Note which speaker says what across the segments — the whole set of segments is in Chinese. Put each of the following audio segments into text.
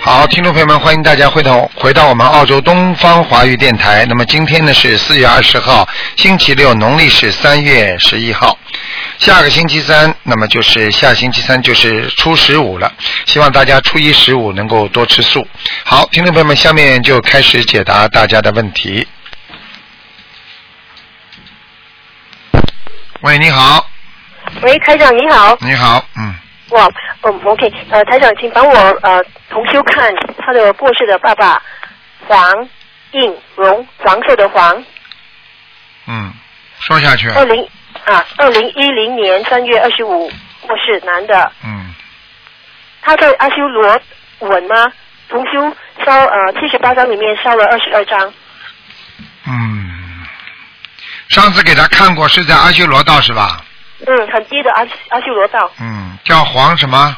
Speaker 1: 好，听众朋友们，欢迎大家回到回到我们澳洲东方华语电台。那么今天呢是四月二十号，星期六，农历是三月十一号。下个星期三，那么就是下星期三就是初十五了。希望大家初一十五能够多吃素。好，听众朋友们，下面就开始解答大家的问题。喂，你好，
Speaker 2: 喂，台长你好，
Speaker 1: 你好，嗯，
Speaker 2: 哇，嗯，OK，呃，台长，请帮我呃同修看他的过世的爸爸黄应荣，黄色的黄，
Speaker 1: 嗯，说下去，
Speaker 3: 哎
Speaker 2: 二零啊，二零一零年三月二十五过世，男的，
Speaker 1: 嗯，
Speaker 2: 他在阿修罗稳吗？同修烧呃七十八章里面烧了二十二章，
Speaker 1: 嗯，上次给他看过是在阿修罗道是吧？
Speaker 2: 嗯，很低的阿阿修罗道，
Speaker 1: 嗯，叫黄什么？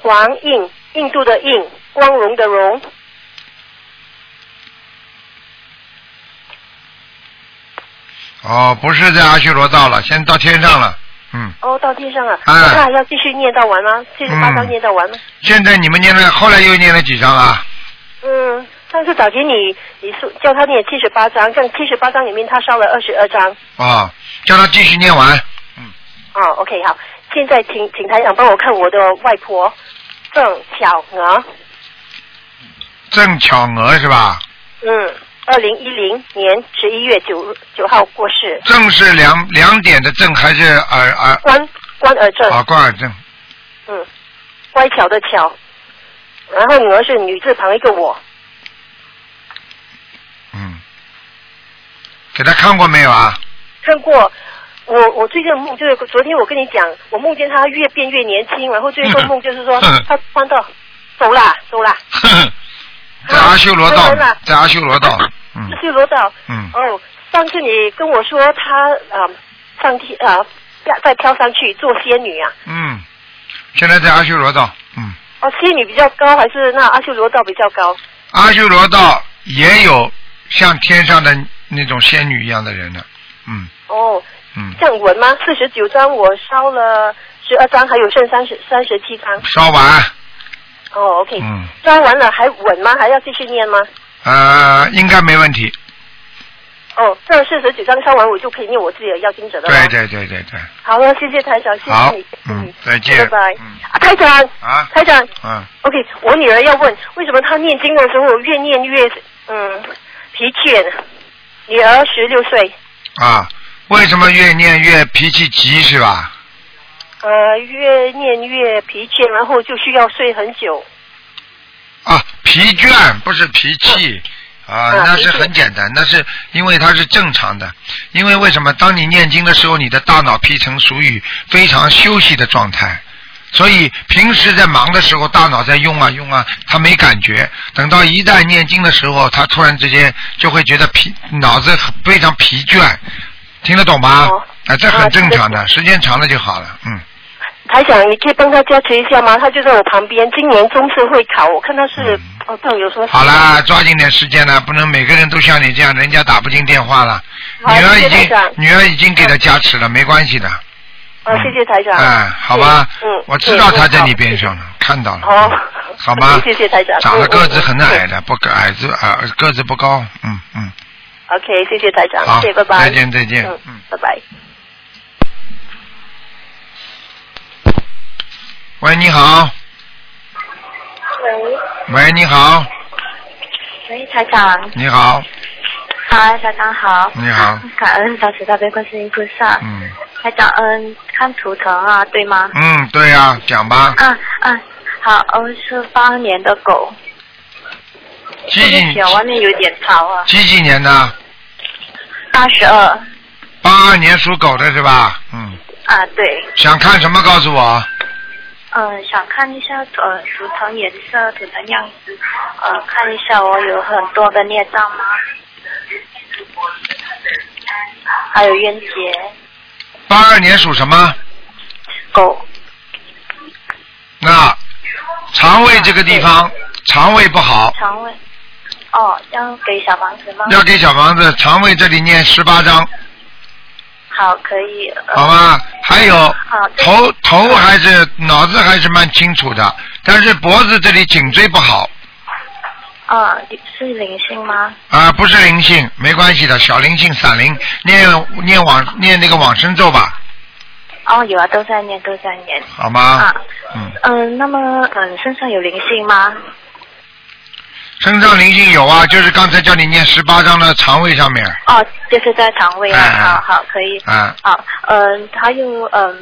Speaker 2: 黄印印度的印，光荣的荣，
Speaker 1: 哦，不是在阿修罗道了，现在到天上了。嗯，
Speaker 2: 哦，到天上了，
Speaker 1: 哎
Speaker 2: 那他还要继续念到完吗？七十八章
Speaker 1: 嗯
Speaker 2: 念到完吗？
Speaker 1: 现在你们念了，后来又念了几章啊？
Speaker 2: 嗯，上次早前你你说叫他念七十八章，像七十八章里面他烧了二十二章。
Speaker 1: 啊、叫他继续念完。
Speaker 2: 哦，OK，好，现在请请台长帮我看我的外婆郑巧娥，
Speaker 1: 郑巧娥是吧？
Speaker 2: 嗯，二零一零年十一月九日九号过世，
Speaker 1: 郑是两两点的郑还是耳耳
Speaker 2: 关关尔正，
Speaker 1: 啊关耳郑？
Speaker 2: 嗯，乖巧的巧，然后娥是女字旁一个我，
Speaker 1: 嗯，给他看过没有啊？
Speaker 2: 看过。我我最近的梦就是昨天我跟你讲，我梦见她越变越年轻，然后最后梦就是说她穿到走啦走啦，
Speaker 1: 呵呵在阿修罗道
Speaker 2: 啊当然了，
Speaker 1: 在阿修罗道。嗯
Speaker 2: 就是罗导，
Speaker 1: 嗯
Speaker 2: 哦，上次你跟我说她啊、呃上天啊、呃飘再飘上去做仙女啊，
Speaker 1: 嗯，现在在阿修罗道。嗯。
Speaker 2: 哦，仙女比较高还是那阿修罗道比较高？
Speaker 1: 阿修罗道也有像天上的那种仙女一样的人呢。嗯
Speaker 2: 哦，
Speaker 1: 嗯，
Speaker 2: 这样文吗？四十九章我烧了十二章，还有剩三十三十七章。
Speaker 1: 烧完，
Speaker 2: 哦，OK，
Speaker 1: 嗯
Speaker 2: 烧完了还稳吗？还要继续念吗？
Speaker 1: 呃，应该没问题。
Speaker 2: 哦，这四十九章烧完我就可以念我自己的要经者的了。
Speaker 1: 对对对对对，
Speaker 2: 好了，谢谢台长，谢
Speaker 1: 好
Speaker 2: 谢你，，
Speaker 1: 嗯，再见。
Speaker 2: 拜拜
Speaker 1: 嗯。
Speaker 2: 啊，台长，
Speaker 1: 啊，
Speaker 2: 台长，
Speaker 1: 嗯，
Speaker 2: OK，我女儿要问，为什么她念经的时候越念越嗯疲倦？女儿十六岁，
Speaker 1: 啊，为什么越念越脾气急是吧？
Speaker 2: 呃，越念越疲倦，然后就需要睡很久。
Speaker 1: 啊，疲倦不是脾气。啊，
Speaker 2: 嗯
Speaker 1: 那
Speaker 2: 脾
Speaker 1: 是
Speaker 2: 气
Speaker 1: 很简单，那是因为它是正常的。因为为什么？当你念经的时候，你的大脑皮层属于非常休息的状态，所以平时在忙的时候，大脑在用啊用啊，它没感觉。等到一旦念经的时候，它突然之间就会觉得疲，脑子很非常疲倦，听得懂吗？
Speaker 2: 哦
Speaker 1: 啊，这
Speaker 2: 啊
Speaker 1: 很正
Speaker 2: 听得
Speaker 1: 常的，时间长了就好了。嗯，
Speaker 2: 台长，你可以帮她加持一下吗？她就在我旁边。今年中式会考，我看她是、哦，不知道有什么。
Speaker 1: 嗯好啦，抓紧点时间啦，不能每个人都像你这样，人家打不进电话了。
Speaker 2: 好
Speaker 1: 女儿已
Speaker 2: 谢谢
Speaker 1: 经
Speaker 2: 台长嗯
Speaker 1: 女儿已经给他加持了，没关系的。
Speaker 2: 啊，谢谢台长。
Speaker 1: 哎，好吧，
Speaker 2: 嗯，
Speaker 1: 我知道他在你边上了，看到了。
Speaker 2: 哦
Speaker 1: 好吧，
Speaker 2: 谢谢台长
Speaker 1: 长得
Speaker 2: 嗯
Speaker 1: 个子
Speaker 2: 嗯
Speaker 1: 很
Speaker 2: 嗯
Speaker 1: 矮的，不个矮子啊，个子不高，嗯嗯。
Speaker 2: 嗯。OK，谢谢台长
Speaker 1: 好，
Speaker 2: 谢谢，拜拜。
Speaker 1: 再见再见
Speaker 2: 嗯
Speaker 1: 嗯，
Speaker 2: 拜拜。
Speaker 1: 喂，你好，
Speaker 4: 喂，
Speaker 1: 喂，你好，
Speaker 4: 喂，台长，
Speaker 1: 你好，
Speaker 4: 嗨，台长好。
Speaker 1: 你好。
Speaker 4: 感恩小慈大悲观世音菩萨。
Speaker 1: 嗯
Speaker 4: 啊台长，嗯，看图腾啊，对吗？
Speaker 1: 嗯，对呀、讲吧，
Speaker 4: 啊啊，好，我是八二年的狗。
Speaker 1: 几
Speaker 4: 对不
Speaker 1: 几
Speaker 4: 起啊，外面有点潮啊。
Speaker 1: 几几年的？
Speaker 4: 八十二
Speaker 1: 八二年属狗的是吧？嗯，
Speaker 4: 啊，对，
Speaker 1: 想看什么告诉我？
Speaker 4: 嗯，想看一下呃图腾颜色、图腾样子，呃，看一下我有很多的孽障吗？还有冤结，
Speaker 1: 八二年属什么？
Speaker 4: 狗
Speaker 1: 那肠胃这个地方，肠胃不好，
Speaker 4: 肠胃。哦，要给小房子吗？
Speaker 1: 要给小房子肠胃这里念十八章，
Speaker 4: 好，可以。呃、
Speaker 1: 好吧？还有
Speaker 4: 好对
Speaker 1: 头头还是脑子还是蛮清楚的，但是脖子这里颈椎不好，
Speaker 4: 啊，是灵性吗？
Speaker 1: 啊，不是灵性，没关系的，小灵性、散灵，念念往念那个往生咒吧，
Speaker 4: 哦，有啊，都在念，都在念。
Speaker 1: 好吗？
Speaker 4: 啊，
Speaker 1: 嗯，
Speaker 4: 嗯，那么嗯，身上有灵性吗？
Speaker 1: 身上灵性有啊，就是刚才叫你念十八章的肠胃上面，
Speaker 4: 哦，就是在肠胃啊，
Speaker 1: 哎哎
Speaker 4: 好好可以。
Speaker 1: 啊，
Speaker 4: 好，嗯，还有嗯，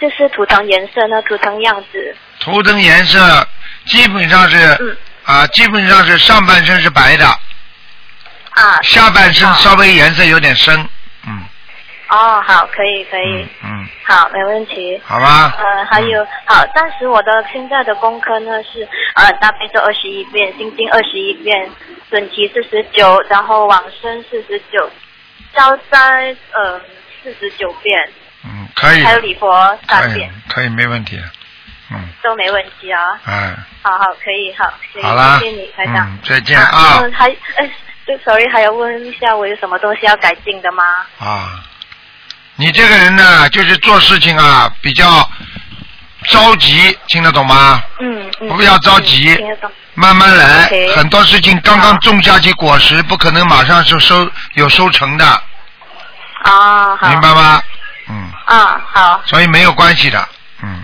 Speaker 4: 就是图腾颜色呢，图腾样子，
Speaker 1: 图腾颜色基本上是、
Speaker 4: 嗯
Speaker 1: 啊，基本上是上半身是白的，
Speaker 4: 啊，
Speaker 1: 下半身
Speaker 4: 好
Speaker 1: 稍微颜色有点深，嗯，
Speaker 4: 哦，好，可以可以，
Speaker 1: 嗯嗯，
Speaker 4: 好，没问题。
Speaker 1: 好吧。嗯
Speaker 4: 呃，还有好，暂时我的现在的功课呢是呃大悲咒二十一遍，心经二十一遍，准提四十九，然后往生四十九，消灾呃四十九遍，
Speaker 1: 嗯，可以，
Speaker 4: 还有礼佛
Speaker 1: 可
Speaker 4: 三
Speaker 1: 以
Speaker 4: 遍，
Speaker 1: 可以，没问题，嗯，
Speaker 4: 都没问题啊。
Speaker 1: 哎，
Speaker 4: 好好，可以，好，可以
Speaker 1: 好啦，
Speaker 4: 谢谢你，台长。
Speaker 1: 嗯，再见啊
Speaker 4: 嗯，还哎，对，sorry，还要问一下我有什么东西要改进的吗？
Speaker 1: 啊！你这个人呢，就是做事情啊比较着急，听得懂吗？
Speaker 4: 嗯嗯。
Speaker 1: 不要着急
Speaker 4: 嗯听得懂。
Speaker 1: 慢慢来
Speaker 4: OK
Speaker 1: 很多事情刚刚种下去果实，不可能马上就收有收成的，
Speaker 4: 啊，好。
Speaker 1: 明白吗？嗯，
Speaker 4: 啊，好，
Speaker 1: 所以没有关系的，嗯，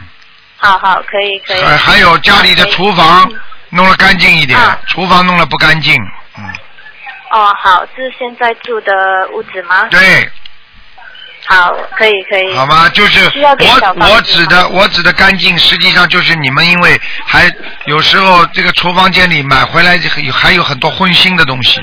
Speaker 4: 好好，可以可以。
Speaker 1: 还还有家里的
Speaker 4: 可以
Speaker 1: 厨房弄得干净一点
Speaker 4: 嗯啊，
Speaker 1: 厨房弄得不干净，嗯，
Speaker 4: 哦，好，是现在住的屋子吗？
Speaker 1: 对，
Speaker 4: 好，可以可以。
Speaker 1: 好吗？就是
Speaker 4: 需要给小
Speaker 1: 我
Speaker 4: 房子吗
Speaker 1: 我指的我指的干净，实际上就是你们因为还有时候这个厨房间里买回来还有还有很多荤腥的东西，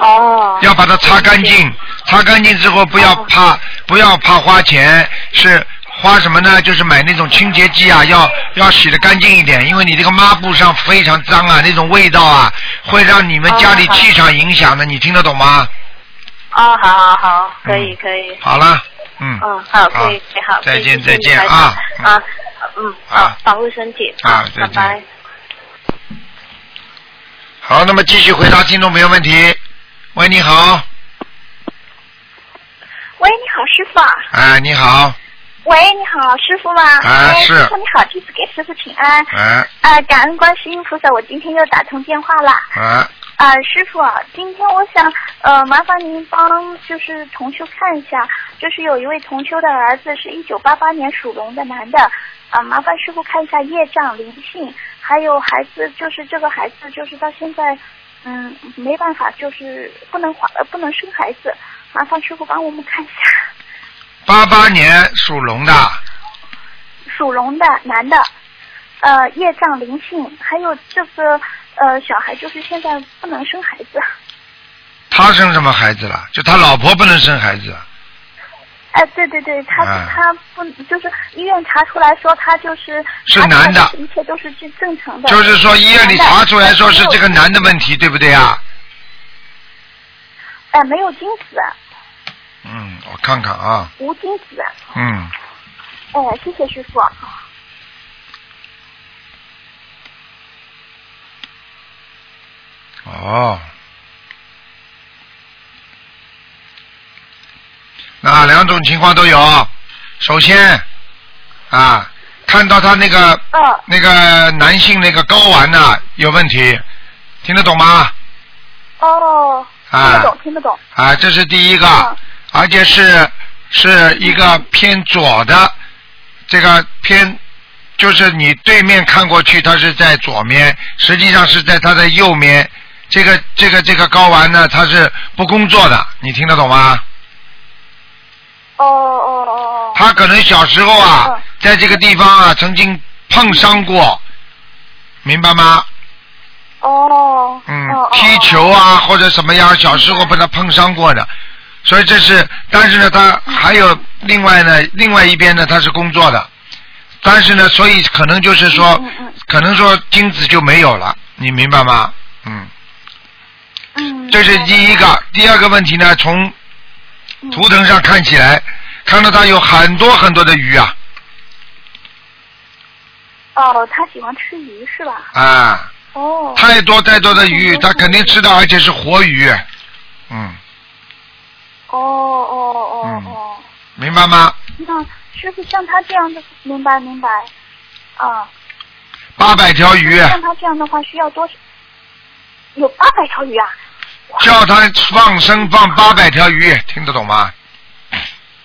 Speaker 4: 哦。
Speaker 1: 要把它擦干净。擦干净之后不要
Speaker 4: 哦
Speaker 1: 怕不要怕花钱，是花什么呢？就是买那种清洁剂啊，要要洗的干净一点，因为你这个抹布上非常脏啊，那种味道啊，会让你们家里
Speaker 4: 哦好
Speaker 1: 气场影响的，你听得懂吗？
Speaker 4: 哦，好好好，可以
Speaker 1: 嗯
Speaker 4: 可以。
Speaker 1: 好了，嗯，
Speaker 4: 嗯，好，可以，好，
Speaker 1: 再见
Speaker 4: 可以
Speaker 1: 再见
Speaker 4: 谢谢你
Speaker 1: 啊
Speaker 4: 台长啊，嗯，
Speaker 1: 啊
Speaker 4: 好，保护身体
Speaker 1: 啊再
Speaker 4: 拜
Speaker 1: 见
Speaker 4: 拜。
Speaker 1: 好，那么继续回答听众朋友问题。喂，你好，
Speaker 3: 喂，你好，师傅啊。
Speaker 1: 哎，你好，
Speaker 3: 喂，你好，师傅吗？
Speaker 1: 啊
Speaker 3: 哎
Speaker 1: 是
Speaker 3: 师傅你好，弟子给师傅请安。
Speaker 1: 哎
Speaker 3: 呃，感恩观世音菩萨，我今天又打通电话啦。
Speaker 1: 哎，
Speaker 3: 呃，师傅，今天我想呃麻烦您帮就是同修看一下，就是有一位同修的儿子是一九八八年属龙的男的，啊、麻烦师傅看一下业障灵性，还有孩子就是这个孩子就是到现在嗯没办法就是不能怀呃不能生孩子，麻烦师傅帮我们看一下。
Speaker 1: 八八年属龙的，
Speaker 3: 属龙的男的，呃，业障灵性，还有这个呃小孩就是现在不能生孩子，
Speaker 1: 他生什么孩子了？就他老婆不能生孩子，
Speaker 3: 哎、对对对，他、
Speaker 1: 啊
Speaker 3: 他不就是医院查出来说他就是
Speaker 1: 是男的
Speaker 3: 查出来一切都是正正常的，
Speaker 1: 就是说医院里
Speaker 3: 男的
Speaker 1: 查出来说是这个
Speaker 3: 没有
Speaker 1: 男的问题，对不对啊？
Speaker 3: 哎、没有精子，
Speaker 1: 嗯，我看看啊，
Speaker 3: 无精子，
Speaker 1: 嗯，
Speaker 3: 哎、谢谢师傅，
Speaker 1: 哦，那两种情况都有。首先，啊，看到他那个
Speaker 3: 嗯、
Speaker 1: 那个男性那个睾丸呐、有问题，听得懂吗？
Speaker 3: 哦，听
Speaker 1: 啊
Speaker 3: 得懂听得懂，
Speaker 1: 啊，这是第一个，
Speaker 3: 嗯
Speaker 1: 而且是是一个偏左的，这个偏就是你对面看过去，它是在左面，实际上是在它的右面。这个这个这个睾丸呢，它是不工作的，你听得懂吗？
Speaker 3: 哦哦哦哦，
Speaker 1: 他可能小时候啊
Speaker 3: 嗯，
Speaker 1: 在这个地方啊，曾经碰伤过，明白吗？
Speaker 3: 哦，
Speaker 1: 嗯
Speaker 3: 哦，
Speaker 1: 踢，球啊或者什么样，小时候被他碰伤过的，所以这是，但是呢，他
Speaker 3: 嗯
Speaker 1: 还有另外呢，另外一边呢，他是工作的，但是呢，所以可能就是说
Speaker 3: 嗯嗯嗯，
Speaker 1: 可能说精子就没有了，你明白吗？嗯，
Speaker 3: 嗯，
Speaker 1: 这是第一个，第二个问题呢，从
Speaker 3: 嗯
Speaker 1: 图腾上看起来，看到他有很多很多的鱼啊
Speaker 3: 哦，他喜欢吃鱼是吧？
Speaker 1: 啊，
Speaker 3: 哦，
Speaker 1: 太多太多的鱼，
Speaker 3: 嗯
Speaker 1: 他肯定吃到，而且是活鱼，嗯，
Speaker 3: 哦哦哦
Speaker 1: 嗯
Speaker 3: 哦，
Speaker 1: 明白吗？
Speaker 3: 那师傅像他这样的，明白明白，啊，
Speaker 1: 八百条鱼。
Speaker 3: 嗯像他这样的话需要多少？有八百条鱼啊！
Speaker 1: 叫他放生放八百条鱼，听得懂吗？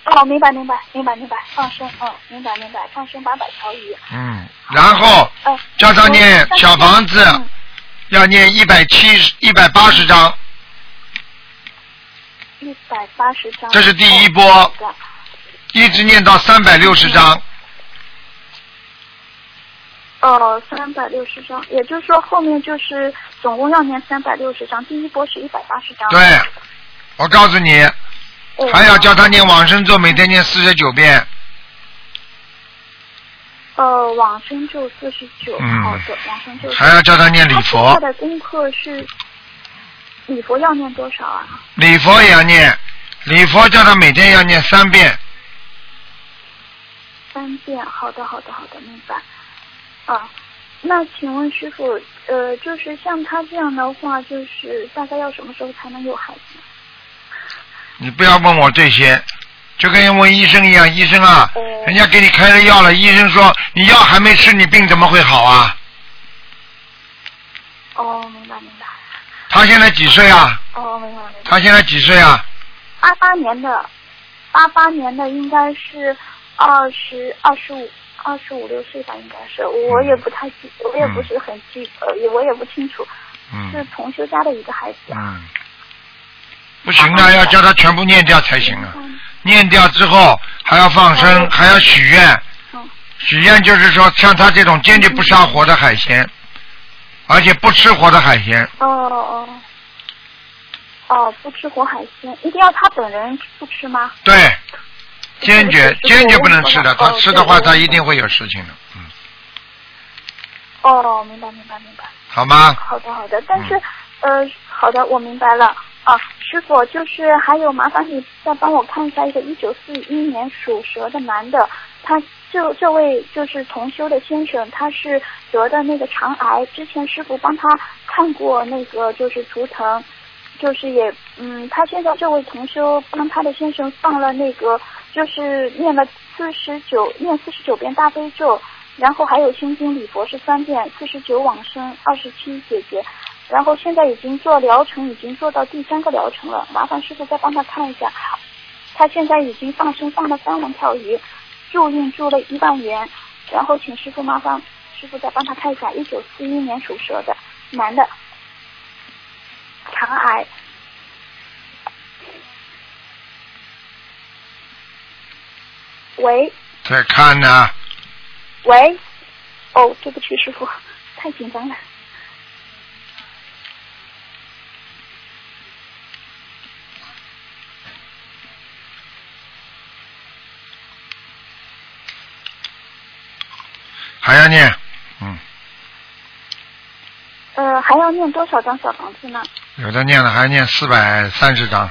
Speaker 3: 哦，明白明白明白明白，放生，嗯，明白明白，放生八百条鱼。
Speaker 1: 嗯，然后
Speaker 3: 呃，
Speaker 1: 叫他念
Speaker 3: 嗯但是
Speaker 1: 小房子
Speaker 3: 嗯
Speaker 1: 要念一百七十一百八十章，
Speaker 3: 一百八十张。
Speaker 1: 这是第一波
Speaker 3: 哦好的
Speaker 1: 一直念到三百六十章。
Speaker 3: 哦，三百六十张，也就是说后面就是总共要念三百六十张，第一波是一百八十张。
Speaker 1: 对，我告诉你，
Speaker 3: 哦，
Speaker 1: 还要叫他念往生咒，每天念四十九遍。
Speaker 3: 呃，往生咒四十九，
Speaker 1: 嗯
Speaker 3: 好的，往生咒。
Speaker 1: 还要叫他念礼
Speaker 3: 他
Speaker 1: 佛
Speaker 3: 现，在的功课是礼佛要念多少啊？
Speaker 1: 礼佛也要念，礼佛叫他每天要念三遍。
Speaker 3: 三遍，好的，好的，好的，明白。啊，那请问师傅，呃，就是像他这样的话，就是大概要什么时候才能有孩子？
Speaker 1: 你不要问我这些，就跟问医生一样，医生啊
Speaker 3: 哦，
Speaker 1: 人家给你开了药了，医生说你药还没吃，你病怎么会好啊？
Speaker 3: 哦，明白，明白。
Speaker 1: 他现在几岁啊？
Speaker 3: 哦，明白，明白。
Speaker 1: 他现在几岁啊？
Speaker 3: 八八年的，八八年的应该是二十二十五。二十五六岁吧，应该是，我也不太记，我也不是很记，呃，也我也不清楚，是
Speaker 1: 嗯
Speaker 3: 同修家的一个孩子。
Speaker 1: 嗯，不行啊，要叫他全部念掉才行啊。念掉之后还要放生，
Speaker 3: 哦
Speaker 1: 还要许愿
Speaker 3: 嗯。
Speaker 1: 许愿就是说，像他这种坚决不杀活的海鲜，而且不吃活的海鲜。
Speaker 3: 哦哦哦，不吃活海鲜，一定要他本人不吃吗？
Speaker 1: 对，坚决
Speaker 3: 就是
Speaker 1: 坚决不能吃的，
Speaker 3: 哦
Speaker 1: 他吃的话
Speaker 3: 对对对
Speaker 1: 他一定会有事情的，嗯，
Speaker 3: 哦，明白明白明白，
Speaker 1: 好吗？
Speaker 3: 好的好的，但是、呃，好的，我明白了。啊，师傅，就是还有麻烦你再帮我看一下一个一九四一年属蛇的男的，他就这位就是同修的先生，他是得的那个肠癌，之前师傅帮他看过那个就是图腾，就是也嗯，他现在这位同修帮他的先生放了那个，就是念了四十九念四十九遍大悲咒，然后还有心经礼佛是三遍，四十九往生二十七姐姐，然后现在已经做疗程，已经做到第三个疗程了，麻烦师傅再帮他看一下。他现在已经放生放了三万条鱼，助运助了一万元，然后请师傅麻烦师傅再帮他看一下，一九四一年属蛇的男的，肠癌。喂
Speaker 1: 再看呢、
Speaker 3: 喂，哦，对不起，师傅， 太紧张了。
Speaker 1: 还要念，嗯，
Speaker 3: 呃，还要念多少张小房子呢？
Speaker 1: 有的念了还念四百三十章，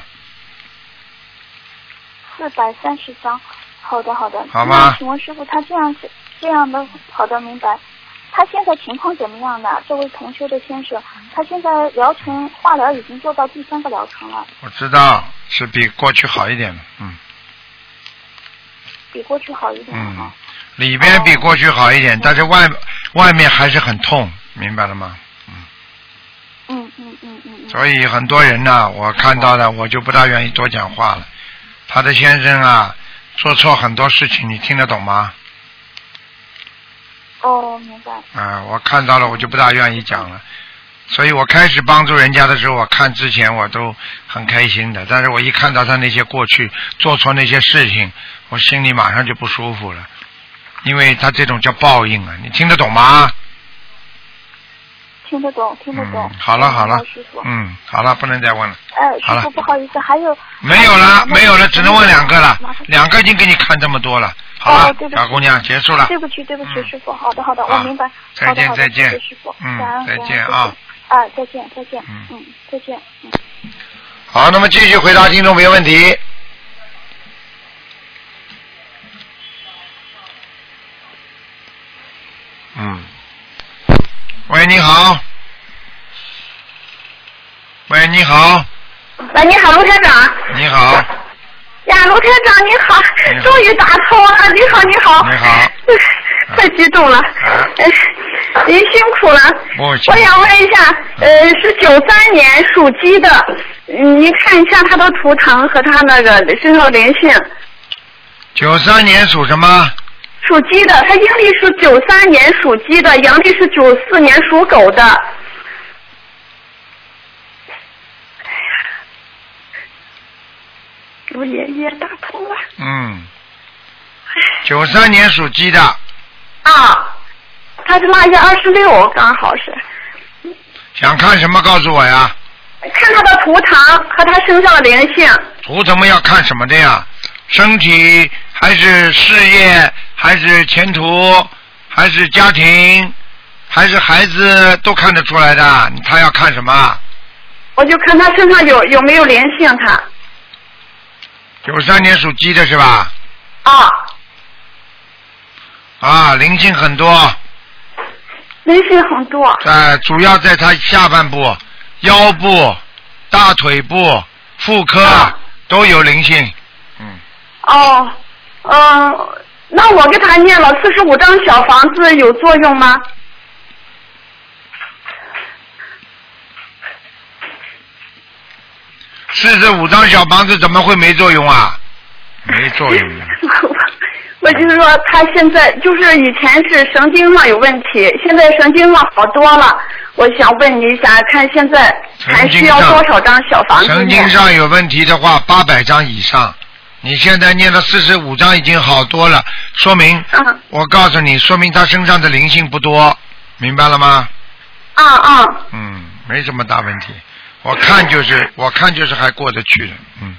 Speaker 3: 四百三十张。好的，好的。
Speaker 1: 好吗
Speaker 3: 那请问师傅，他这样子这样的，好的，明白。他现在情况怎么样呢？这位同修的先生，他现在疗程化疗已经做到第三个疗程了，
Speaker 1: 我知道是比过去好一点的，嗯
Speaker 3: 比过去好哦一点了
Speaker 1: 嗯
Speaker 3: 哈。，
Speaker 1: 里边比过去好一点，但是外外面还是很痛，明白了吗？
Speaker 3: 嗯嗯嗯嗯嗯。
Speaker 1: 所以很多人呢、我看到了，我就不大愿意多讲话了。他的先生啊，做错很多事情，你听得懂吗？
Speaker 3: 哦，明白。
Speaker 1: 啊，我看到了，我就不大愿意讲了。所以我开始帮助人家的时候，我看之前我都很开心的，但是我一看到他那些过去做错那些事情，我心里马上就不舒服了，因为他这种叫报应啊，你听得懂吗？
Speaker 3: 听得懂，听得懂
Speaker 1: 嗯。，好了好了
Speaker 3: 师傅，，
Speaker 1: 嗯，好了，不能再问了，
Speaker 3: 呃，
Speaker 1: 好了
Speaker 3: 师傅不好意思，还有
Speaker 1: 没有了没有了，只能问两个了
Speaker 3: 麻烦，
Speaker 1: 两个已经给你看这么多了，好了
Speaker 3: 哦对，不起
Speaker 1: 小姑娘结束了，
Speaker 3: 对不起，对不起，
Speaker 1: 嗯
Speaker 3: 师傅。好的，好的，我
Speaker 1: 啊
Speaker 3: 明白。
Speaker 1: 再
Speaker 3: 好的
Speaker 1: 见
Speaker 3: 好的
Speaker 1: 再见
Speaker 3: 谢谢师傅，
Speaker 1: 嗯
Speaker 3: 感恩
Speaker 1: 再
Speaker 3: 感恩
Speaker 1: 见
Speaker 3: 谢谢
Speaker 1: 啊
Speaker 3: 啊，再见，再见
Speaker 1: 嗯，
Speaker 3: 嗯，再见，嗯。
Speaker 1: 好，那么继续回答听众朋友问题。嗯。喂，你好。喂，你好，
Speaker 5: 喂，哎你好，卢台长。
Speaker 1: 你好，
Speaker 5: 呀，卢台长你好，
Speaker 1: 你好
Speaker 5: 终于打通了，你好，你好。
Speaker 1: 你好。
Speaker 5: 太激动了。
Speaker 1: 嗯啊
Speaker 5: 哎您辛苦了。
Speaker 1: 不嗯辛苦
Speaker 5: 我想问一下，呃，是九三年属鸡的，嗯您看一下他的图腾和他那个身上灵性。
Speaker 1: 九三年属什么？
Speaker 5: 属鸡的，他阴历是九三年属鸡的，阳历是九四年属狗的。给我爷爷打通了
Speaker 1: 嗯，九三年属鸡的，
Speaker 5: 啊！他是腊月二十六，刚好是。
Speaker 1: 想看什么告诉我呀？
Speaker 5: 看他的图腾和他身上的灵性，
Speaker 1: 图怎么要看什么的呀？身体还是事业，还是前途，还是家庭，还是孩子，都看得出来的。他要看什么？
Speaker 5: 我就看他身上有有没有灵性他。
Speaker 1: 九三年属鸡的是吧？
Speaker 5: 啊，
Speaker 1: 啊，灵性很多，
Speaker 5: 灵性很多。
Speaker 1: 在主要在他下半部、腰部、大腿部、妇科、
Speaker 5: 啊
Speaker 1: 都有灵性。嗯，
Speaker 5: 哦，嗯、那我给他念了四十五张小房子，有作用吗？
Speaker 1: 四十五张小房子怎么会没作用啊？没作用的。
Speaker 5: 我就是说，他现在就是以前是神经上有问题，现在神经上好多了。我想问你一下，看现在还需要多少张小房子
Speaker 1: 神
Speaker 5: 念
Speaker 1: 经？上有问题的话，八百张以上。你现在念了四十五张，已经好多了，说明
Speaker 5: 嗯
Speaker 1: 我告诉你，说明他身上的灵性不多，明白了吗？
Speaker 5: 啊啊！
Speaker 1: 嗯，没什么大问题。我看就是，我看就是还过得去的，嗯。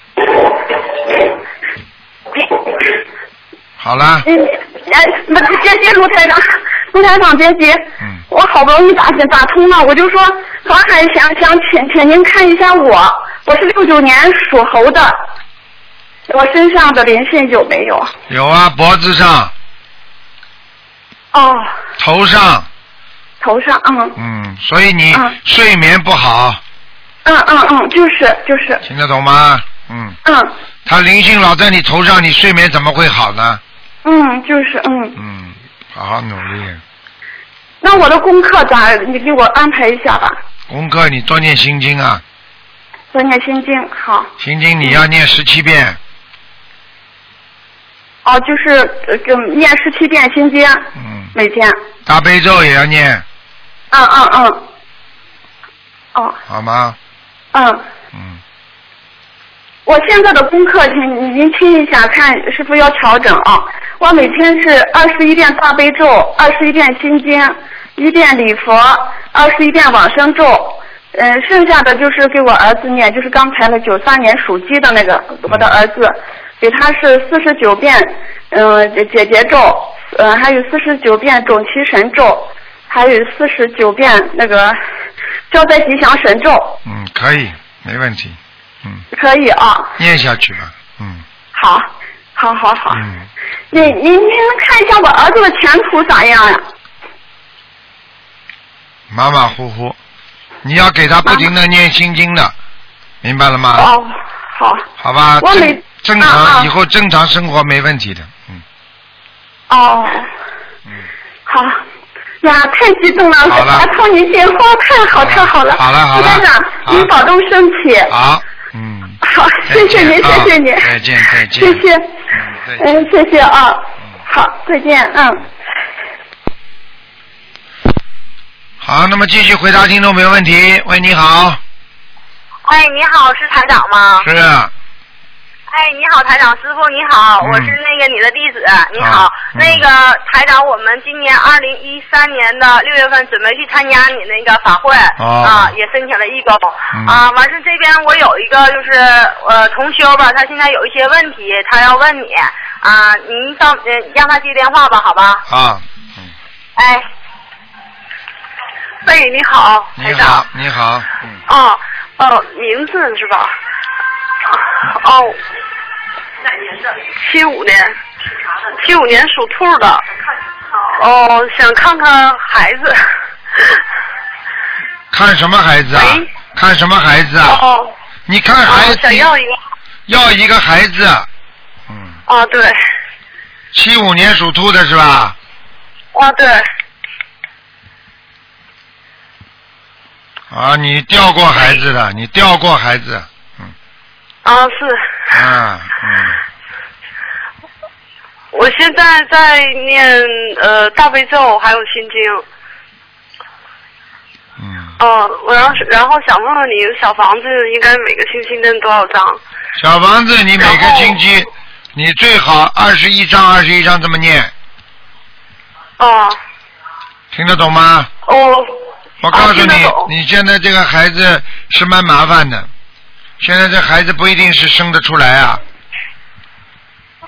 Speaker 1: 好啦，
Speaker 5: 嗯，哎，不是，接接卢台长，卢台长别接。
Speaker 1: 嗯
Speaker 5: 我好不容易打打通了，我就说，我还想想请请您看一下我，我是六九年属猴的，我身上的灵性有没有？
Speaker 1: 有啊，脖子上、
Speaker 5: 哦，
Speaker 1: 头上，
Speaker 5: 头上，嗯
Speaker 1: 嗯，所以你
Speaker 5: 嗯
Speaker 1: 睡眠不好，
Speaker 5: 嗯嗯嗯，就是就是，
Speaker 1: 听得懂吗？嗯，
Speaker 5: 嗯
Speaker 1: 他灵性老在你头上，你睡眠怎么会好呢？
Speaker 5: 嗯就是嗯。
Speaker 1: 嗯，好好努力，
Speaker 5: 那我的功课咋？你给我安排一下吧。
Speaker 1: 功课你多念心经啊，
Speaker 5: 我念心经，好。
Speaker 1: 心经你要念十七遍，
Speaker 5: 哦，就是呃，跟念十七遍心经，
Speaker 1: 嗯，
Speaker 5: 每天。
Speaker 1: 大悲咒也要念，
Speaker 5: 嗯嗯嗯。哦，
Speaker 1: 好吗？
Speaker 5: 嗯，
Speaker 1: 嗯，
Speaker 5: 我现在的功课，您您听一下，看是不是要调整啊？我每天是二十一遍大悲咒，二十一遍心经，一遍礼佛，二十一遍往生咒。嗯，剩下的就是给我儿子念，就是刚才的九三年属鸡的那个我的儿子，给他是四十九遍，嗯、解解结咒，嗯、还有四十九遍种其神咒，还有四十九遍那个消灾吉祥神咒，
Speaker 1: 嗯，可以，没问题，嗯，
Speaker 5: 可以啊。
Speaker 1: 念下去吧，嗯，
Speaker 5: 好，好，好，好。
Speaker 1: 嗯，
Speaker 5: 您您您看一下我儿子的前途咋样啊
Speaker 1: 啊
Speaker 5: 呀、
Speaker 1: 马马虎虎，你要给他不停的念心经的，明白了吗？
Speaker 5: 哦，好，
Speaker 1: 好吧，
Speaker 5: 我每
Speaker 1: 正正
Speaker 5: 啊啊
Speaker 1: 常以后正常生活没问题的，嗯
Speaker 5: 哦，
Speaker 1: 嗯，
Speaker 5: 好。呀，太激动了！
Speaker 1: 好了
Speaker 5: 打通您电话，哦太好，太好了！
Speaker 1: 好了好了
Speaker 5: 卢站
Speaker 1: 好
Speaker 5: 长，您保重身体。
Speaker 1: 好，嗯，
Speaker 5: 好，谢谢您，
Speaker 1: 再见啊
Speaker 5: 谢谢您。
Speaker 1: 再见再见
Speaker 5: 谢谢，
Speaker 1: 再见
Speaker 5: 嗯，谢谢啊。好，再见，嗯。
Speaker 1: 好，那么继续回答听众没问题。喂，你好，
Speaker 4: 哎，你好，是台长吗？
Speaker 1: 是，啊
Speaker 4: 哎，你好，台长师傅，你好，
Speaker 1: 嗯
Speaker 4: 我是那个你的弟子，你好，
Speaker 1: 啊嗯
Speaker 4: 那个台长，我们今年二零一三年的六月份准备去参加你那个法会、
Speaker 1: 哦
Speaker 4: 啊，也申请了义工、
Speaker 1: 嗯
Speaker 4: 啊。完事这边我有一个就是呃同修吧，他现在有一些问题，他要问你啊，您到呃让他接电话吧，好吧？
Speaker 1: 啊，
Speaker 4: 哎，喂，你好，
Speaker 1: 你好，你好，嗯，
Speaker 4: 哦，哦，名字是吧？哦，七五年，七五年属兔的。哦，想看看孩子。
Speaker 1: 看什么孩子啊
Speaker 4: 喂？
Speaker 1: 看什么孩子啊？
Speaker 4: 哦，
Speaker 1: 你看孩
Speaker 4: 哦
Speaker 1: 子，
Speaker 4: 想要一个。
Speaker 1: 要一个孩子，嗯，
Speaker 4: 啊，对，
Speaker 1: 七五年属兔的是吧？
Speaker 4: 啊对，
Speaker 1: 啊，你掉过孩子的，你掉过孩子，
Speaker 6: 啊，是。
Speaker 1: 啊，嗯，
Speaker 6: 我现在在念呃大悲咒，还有心经。
Speaker 1: 嗯。
Speaker 6: 哦、我要是然后想问问你，小房子应该每个星期念多少张？
Speaker 1: 小房子你每个
Speaker 6: 然后
Speaker 1: 星期，你最好二十一章二十一章这么念，
Speaker 6: 哦、
Speaker 1: 听得懂吗？
Speaker 6: 我
Speaker 1: 我告诉
Speaker 6: 哦哦听
Speaker 1: 你
Speaker 6: 得懂，
Speaker 1: 你现在这个孩子是蛮麻烦的，现在这孩子不一定是生得出来啊，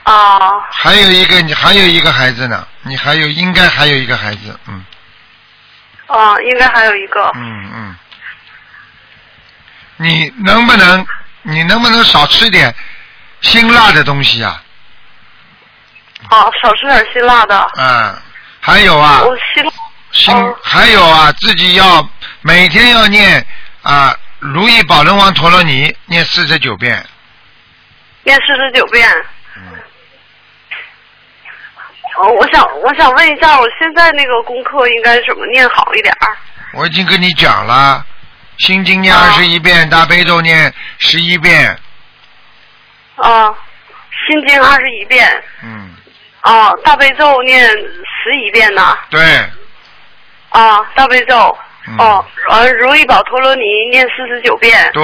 Speaker 6: 啊、
Speaker 1: 还有一个你还有一个孩子呢，你还有应该还有一个孩子，嗯
Speaker 6: 啊、应该还有一个。
Speaker 1: 嗯嗯，你能不能你能不能少吃点辛辣的东西啊？
Speaker 6: 哦、少吃点辛辣的。
Speaker 1: 啊，还有啊，
Speaker 6: 我辛
Speaker 1: 心
Speaker 6: 哦
Speaker 1: 还有啊，自己要每天要念啊《如意宝轮王陀罗尼》，念四十九遍。
Speaker 6: 念四十九遍。
Speaker 1: 嗯，
Speaker 6: 哦，我想我想问一下，我现在那个功课应该怎么念好一点儿？
Speaker 1: 我已经跟你讲了，心经念
Speaker 6: 哦
Speaker 1: 二十一遍，大悲咒念十一遍。
Speaker 6: 啊、心经二十一遍，
Speaker 1: 嗯，
Speaker 6: 啊、大悲咒念十一遍呢，
Speaker 1: 对，
Speaker 6: 啊、大悲咒，
Speaker 1: 嗯
Speaker 6: 哦，完如意宝陀罗尼念四十九遍，
Speaker 1: 对，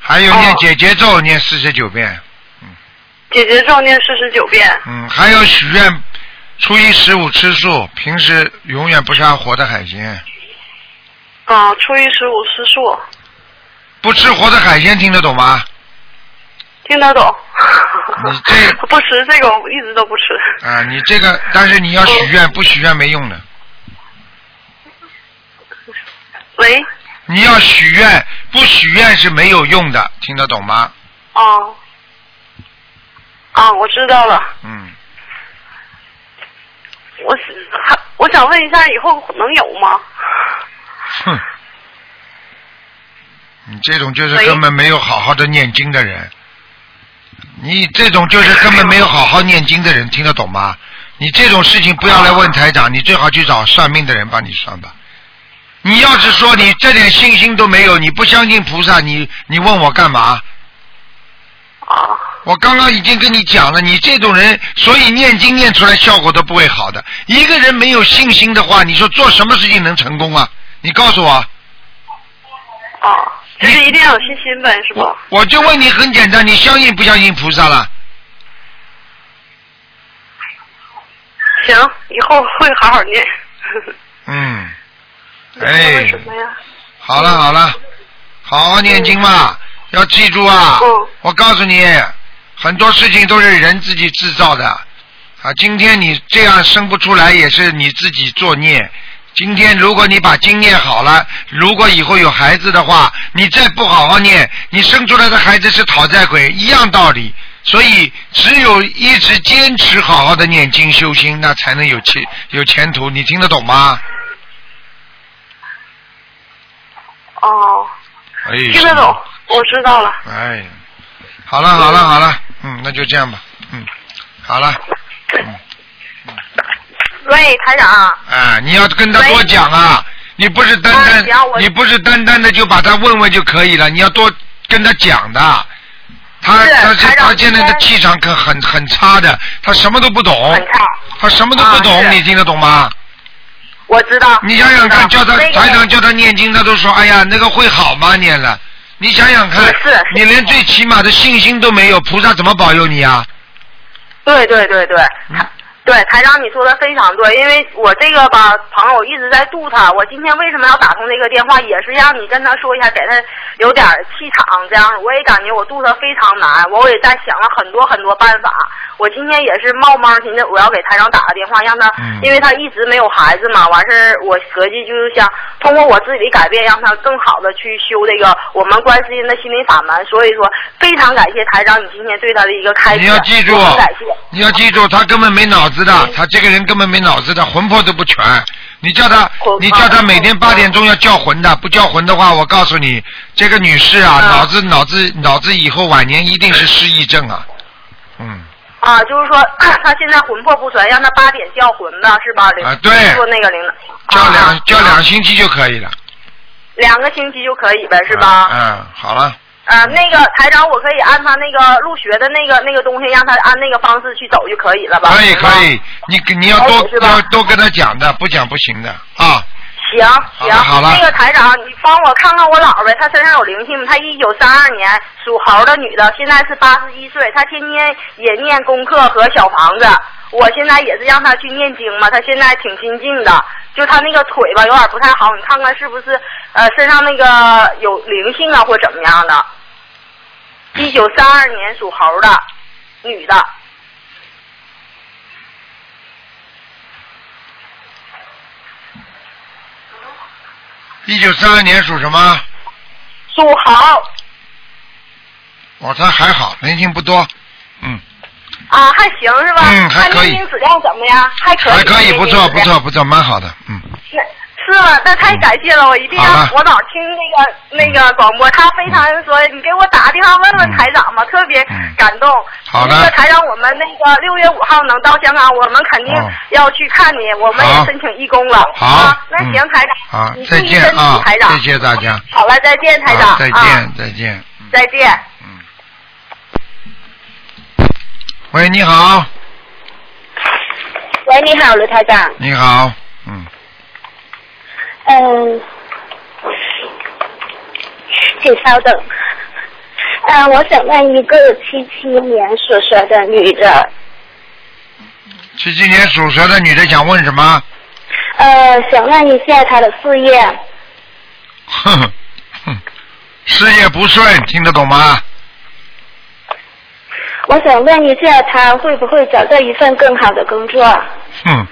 Speaker 1: 还有念
Speaker 6: 哦
Speaker 1: 解结咒念四十九遍。
Speaker 6: 解决咒念四十九遍，
Speaker 1: 嗯，还有许愿，初一十五吃素，平时永远不杀活的海鲜，
Speaker 6: 啊、初一十五吃素，
Speaker 1: 不吃活的海鲜，听得懂吗？
Speaker 6: 听得懂
Speaker 1: 你这？
Speaker 6: 不吃这个，我一直都不吃。
Speaker 1: 啊，你这个，但是你要许愿，不许愿没用的。
Speaker 6: 喂，
Speaker 1: 你要许愿，不许愿是没有用的，听得懂吗？
Speaker 6: 哦，啊，我知道了。
Speaker 1: 嗯，
Speaker 6: 我是还我想问一下，以后能有吗？
Speaker 1: 哼，你这种就是
Speaker 6: 喂
Speaker 1: 根本没有好好的念经的人，你这种就是根本没有好好念经的人，听得懂吗？你这种事情不要来问台长，你最好去找算命的人帮你算吧。你要是说你这点信心都没有，你不相信菩萨，你你问我干嘛？
Speaker 6: 啊，
Speaker 1: 我刚刚已经跟你讲了，你这种人，所以念经念出来效果都不会好的。一个人没有信心的话，你说做什么事情能成功啊？你告诉我，
Speaker 6: 哦，就是一定要有信心呗，是吧？
Speaker 1: 我就问你很简单，你相信不相信菩萨了？
Speaker 6: 行，以后会好好念。
Speaker 1: 嗯，
Speaker 6: 为
Speaker 1: 哎
Speaker 6: 什，么呀？嗯
Speaker 1: 好了好了，好好念经嘛，要记住啊
Speaker 6: 嗯。
Speaker 1: 我告诉你，很多事情都是人自己制造的啊。今天你这样生不出来，也是你自己作孽。今天如果你把经念好了，如果以后有孩子的话，你再不好好念，你生出来的孩子是讨债鬼，一样道理。所以，只有一直坚持好好的念经修心，那才能有前有前途。你听得懂吗？
Speaker 6: 哦，
Speaker 1: 哎，
Speaker 6: 听得懂，我知道了。
Speaker 1: 哎，好了好了好了，嗯，那就这样吧，嗯，好了，
Speaker 4: 喂，台长。
Speaker 1: 啊，你要跟他多讲啊，你不是单单
Speaker 4: 哎行我
Speaker 1: 你不是单单的就把他问问就可以了，你要多跟他讲的，他
Speaker 4: 是
Speaker 1: 他是
Speaker 4: 台长
Speaker 1: 他现在
Speaker 4: 今
Speaker 1: 的
Speaker 4: 天
Speaker 1: 气场可很很差的，他什么都不懂
Speaker 4: 很，差，
Speaker 1: 他什么都不懂，
Speaker 4: 啊是
Speaker 1: 你听得懂吗？
Speaker 4: 我知道。
Speaker 1: 你想想看，
Speaker 4: 我知道
Speaker 1: 叫他
Speaker 4: 那个
Speaker 1: 台长叫他念经，他都说哎呀那个会好吗念了，你想想看
Speaker 4: 也是，
Speaker 1: 你连最起码的信心都没有，菩萨怎么保佑你啊？
Speaker 4: 对对对对，
Speaker 1: 嗯
Speaker 4: 对台长你说的非常对，因为我这个吧朋友一直在度他，我今天为什么要打通这个电话，也是让你跟他说一下，给他有点气场，这样我也感觉我度他非常难，我也在想了很多很多办法。我今天也是冒冒寻思，我要给台长打个电话，让他，
Speaker 1: 嗯
Speaker 4: 因为他一直没有孩子嘛，完事儿我合计就是想通过我自己的改变，让他更好的去修这个我们观世音的心灵法门。所以说，非常感谢台长你今天对他的一个开示，
Speaker 1: 你要记住
Speaker 4: 我很感谢。，
Speaker 1: 你要记住，他根本没脑子的，他这个人根本没脑子的，魂魄都不全。你叫他，
Speaker 4: 魂
Speaker 1: 你叫他每天
Speaker 4: 嗯
Speaker 1: 八点钟要叫魂的，不叫魂的话，我告诉你，这个女士啊，
Speaker 4: 嗯
Speaker 1: 脑子脑子脑子以后晚年一定是失忆症啊。嗯，
Speaker 4: 啊，就 是说他现在魂魄不全，让他八点叫魂的是吧？领
Speaker 1: 啊对
Speaker 4: 做那个领导。
Speaker 1: 叫两
Speaker 4: 啊
Speaker 1: 叫两星期就可以了。
Speaker 7: 两个星期就可以呗，是吧？
Speaker 1: 嗯，好了，
Speaker 7: 呃，那个台长，我可以按他那个入学的那个那个东西，让他按那个方式去走就可以了吧？
Speaker 1: 可以可以，你你要多
Speaker 7: 了解是吧
Speaker 1: 要多跟他讲的，不讲不行的啊。
Speaker 7: 行行，
Speaker 1: 好了
Speaker 7: 那个台长，你帮我看看我姥呗，她身上有灵性吗？她一九三二年属猴的女的，现在是八十一岁，她天天也念功课和小房子。我现在也是让她去念经嘛，她现在挺心静的，就她那个腿吧有点不太好，你看看是不是呃身上那个有灵性啊或怎么样的？一九三二年属猴的女的，
Speaker 1: 一九三二年属什么？
Speaker 7: 属猴
Speaker 1: 我哦他还好，人性不多，嗯，
Speaker 7: 啊，还行是吧？
Speaker 1: 嗯还
Speaker 7: 她
Speaker 1: 可以
Speaker 7: 念经质量怎么样？还可以，
Speaker 1: 还可以，不错
Speaker 7: 念经质
Speaker 1: 不
Speaker 7: 量
Speaker 1: 错不错，蛮好的，嗯，
Speaker 7: 是是吗？那太感谢了，我一定要
Speaker 1: 好了
Speaker 7: 我老听那个那个广播，他非常说你给我打个电话问问台长嘛，特别感动。
Speaker 1: 嗯好的
Speaker 7: 那个台长，我们那个六月五号能到香港，我们肯定
Speaker 1: 哦
Speaker 7: 要去看你，我们
Speaker 1: 好
Speaker 7: 也申请义工了。
Speaker 1: 好
Speaker 7: 啊那
Speaker 1: 嗯
Speaker 7: 行，台长，
Speaker 1: 好
Speaker 7: 你，注
Speaker 1: 再
Speaker 7: 意
Speaker 1: 见
Speaker 7: 身体
Speaker 1: 啊
Speaker 7: 台，长
Speaker 1: 谢。谢大家，
Speaker 7: 好了，再见，台
Speaker 1: 好
Speaker 7: 长。
Speaker 1: 再
Speaker 7: 啊
Speaker 1: 见再见，嗯
Speaker 7: 再见。
Speaker 1: 嗯。喂，你好，
Speaker 8: 喂，你好，卢台长。
Speaker 1: 你好，嗯，
Speaker 8: 嗯，请稍等。嗯，我想问一个七七年属蛇的女的，
Speaker 1: 七七年属蛇的女的想问什么？
Speaker 8: 呃，想问一下她的事业。
Speaker 1: 哼哼哼，事业不顺，听得懂吗？
Speaker 8: 我想问一下，她会不会找到一份更好的工作？
Speaker 1: 哼，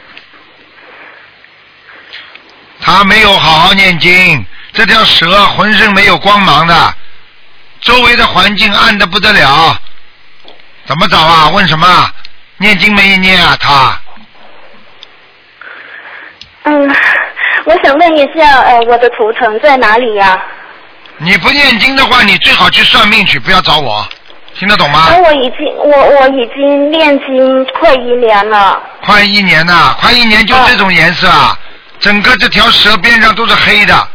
Speaker 1: 他没有好好念经，这条蛇浑身没有光芒的，周围的环境暗的不得了，怎么找啊？问什么？念经没念啊？他
Speaker 8: 嗯，我想问一下，呃，我的图腾在哪里啊呀、
Speaker 1: 你不念经的话，你最好去算命去，不要找我，听得懂吗？
Speaker 8: 而我已经，我我已经念经快一年了。
Speaker 1: 快一年呐、快一年就这种颜色啊，整个这条蛇边上都是黑的，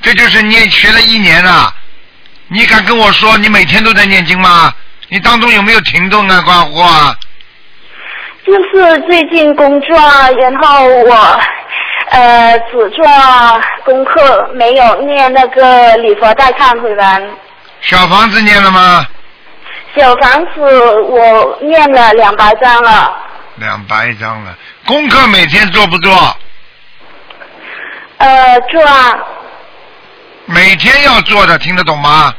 Speaker 1: 这就是念学了一年啊。你敢跟我说你每天都在念经吗？你当中有没有停顿啊，刮胡啊？
Speaker 8: 就是最近工作，然后我呃只做功课，没有念那个礼佛大忏悔文。
Speaker 1: 小房子念了吗？
Speaker 8: 小房子我念了两百张了，
Speaker 1: 两百张了。功课每天做不做？
Speaker 8: 呃，做啊，
Speaker 1: 每天要做的，听得懂吗？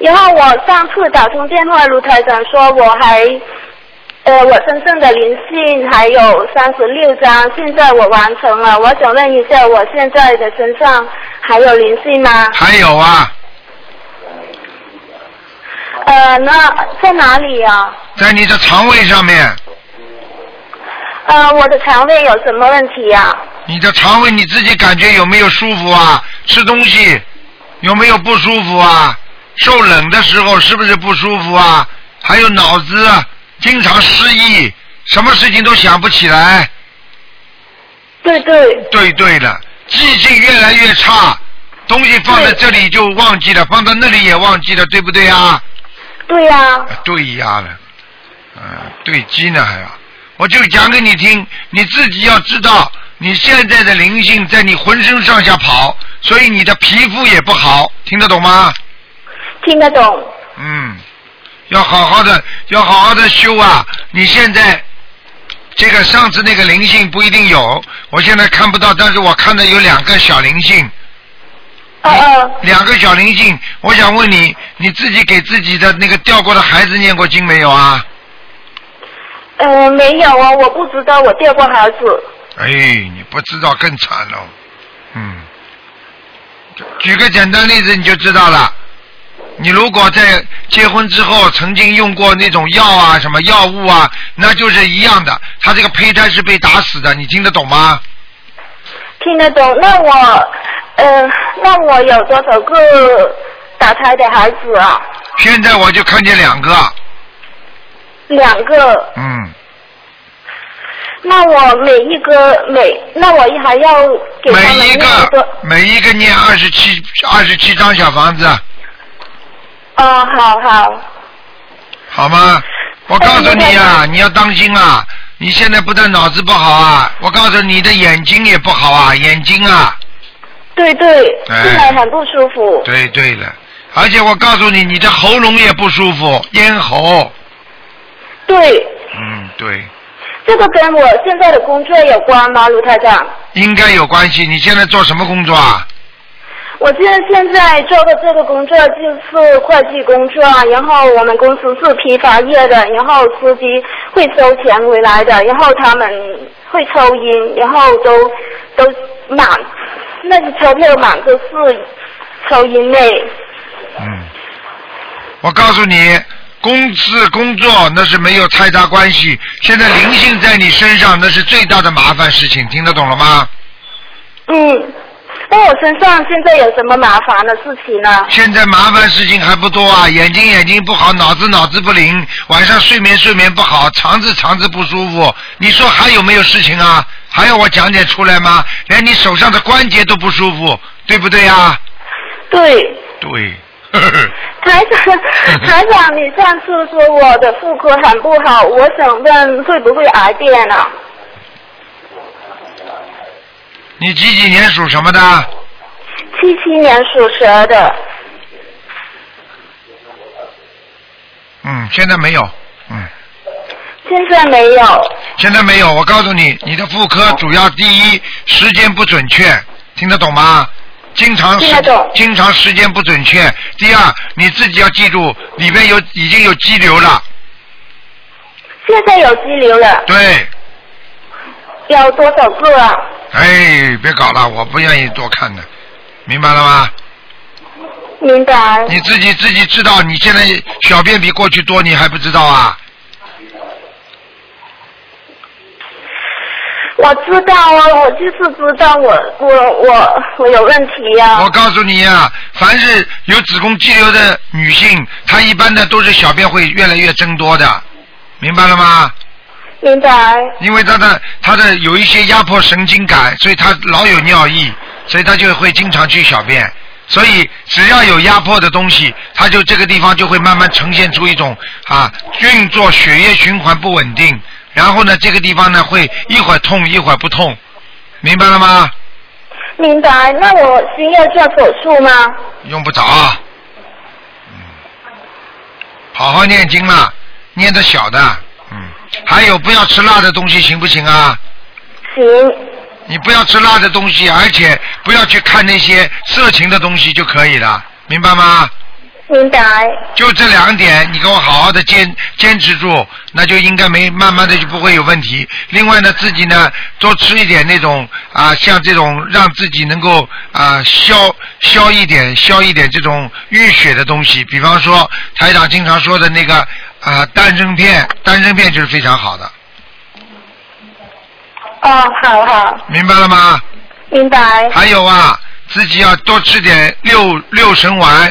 Speaker 8: 然后我上次打通电话，卢台长说我还，呃，我身上的灵性还有三十六张，现在我完成了。我想问一下，我现在的身上还有灵性吗？
Speaker 1: 还有啊，
Speaker 8: 呃，那在哪里呀、
Speaker 1: 在你的肠胃上面，
Speaker 8: 呃，我的肠胃有什么问题呀、
Speaker 1: 你的肠胃你自己感觉有没有舒服啊？吃东西有没有不舒服啊？受冷的时候是不是不舒服啊？还有脑子经常失忆，什么事情都想不起来。
Speaker 8: 对对，
Speaker 1: 对对的，记性越来越差，东西放在这里就忘记了，放到那里也忘记了，对不对啊？
Speaker 8: 对呀、
Speaker 1: 啊对呀了，嗯、对鸡呢还要，我就讲给你听，你自己要知道，你现在的灵性在你浑身上下跑，所以你的皮肤也不好，听得懂吗？
Speaker 8: 听得懂。
Speaker 1: 嗯，要好好的，要好好的修啊！你现在这个上次那个灵性不一定有，我现在看不到，但是我看到有两个小灵性，
Speaker 8: 呃呃，
Speaker 1: 两个小灵性，我想问你，你自己给自己的那个掉过的孩子念过经没有啊？
Speaker 8: 呃，没有啊，我不知道我掉过孩子。
Speaker 1: 哎，你不知道更惨了。嗯，举个简单例子你就知道了。你如果在结婚之后曾经用过那种药啊、什么药物啊，那就是一样的。他这个胚胎是被打死的，你听得懂吗？
Speaker 8: 听得懂？那我，呃，那我有多少个打胎的孩子啊？
Speaker 1: 现在我就看见两个，
Speaker 8: 两个。
Speaker 1: 嗯，
Speaker 8: 那我每一个每，那我还要给他们
Speaker 1: 每一
Speaker 8: 念多
Speaker 1: 个每一个念二十七二十七张小房子，
Speaker 8: 哦，好好，
Speaker 1: 好吗？我告诉你啊，你要当心啊！你现在不但脑子不好啊，我告诉你你的眼睛也不好啊，眼睛啊，
Speaker 8: 对对，
Speaker 1: 哎
Speaker 8: 现在很不舒服。
Speaker 1: 对对了，而且我告诉你，你的喉咙也不舒服，咽喉，
Speaker 8: 对，
Speaker 1: 嗯，对，
Speaker 8: 这个跟我现在的工作有关吗，卢台长？
Speaker 1: 应该有关系。你现在做什么工作啊？
Speaker 8: 我现在现在做的这个工作就是会计工作，然后我们公司是批发业的，然后司机会收钱回来的，然后他们会抽烟，然后都都满那个车票满就是抽烟类。
Speaker 1: 嗯，我告诉你，工资工作那是没有太大关系。现在灵性在你身上，那是最大的麻烦事情，听得懂了吗？
Speaker 8: 嗯，那我身上现在有什么麻烦的事情呢？
Speaker 1: 现在麻烦事情还不多啊，眼睛眼睛不好，脑子脑子不灵，晚上睡眠睡眠不好，肠子肠子不舒服。你说还有没有事情啊？还要我讲解出来吗？连你手上的关节都不舒服，对不对啊？
Speaker 8: 对，
Speaker 1: 对，呵呵
Speaker 8: 台长，台长，你上次说我的妇科很不好，我想问会不会癌变啊？
Speaker 1: 你几几年属什么的？
Speaker 8: 七七年属蛇的，
Speaker 1: 嗯，现在没有，嗯。
Speaker 8: 现在没有。哦
Speaker 1: 现在没有，我告诉你，你的妇科主要第一时间不准确，听得懂吗？经常时
Speaker 8: 听得懂
Speaker 1: 经常时间不准确。第二，你自己要记住，里边有已经有肌瘤了，
Speaker 8: 现在有肌瘤了，
Speaker 1: 对，
Speaker 8: 有多少个啊？
Speaker 1: 哎，别搞了，我不愿意多看的，明白了吗？
Speaker 8: 明白。
Speaker 1: 你自己自己知道，你现在小便比过去多，你还不知道啊？
Speaker 8: 我知道啊，我就是知道我我我我有问题呀、
Speaker 1: 我告诉你呀、凡是有子宫肌瘤的女性，她一般的都是小便会越来越增多的，明白了吗？
Speaker 8: 明白。
Speaker 1: 因为他的他的有一些压迫神经感，所以他老有尿意，所以他就会经常去小便。所以只要有压迫的东西，他就这个地方就会慢慢呈现出一种啊运作血液循环不稳定，然后呢这个地方呢会一会儿痛一会儿不痛，明白了吗？
Speaker 8: 明白，那我需要做手术吗？
Speaker 1: 用不着啊，嗯，好好念经啦，念的小的，嗯，还有不要吃辣的东西行不行啊？
Speaker 8: 行，
Speaker 1: 你不要吃辣的东西，而且不要去看那些色情的东西就可以了，明白吗？
Speaker 8: 明白，
Speaker 1: 就这两点，你给我好好的坚坚持住，那就应该没慢慢的就不会有问题。另外呢，自己呢多吃一点那种啊，像这种让自己能够啊消消一点消一点这种淤血的东西，比方说台长经常说的那个啊丹参片，丹参片就是非常好的，
Speaker 8: 哦，好好，
Speaker 1: 明白了吗？
Speaker 8: 明白，
Speaker 1: 还有啊，自己要多吃点六六神丸，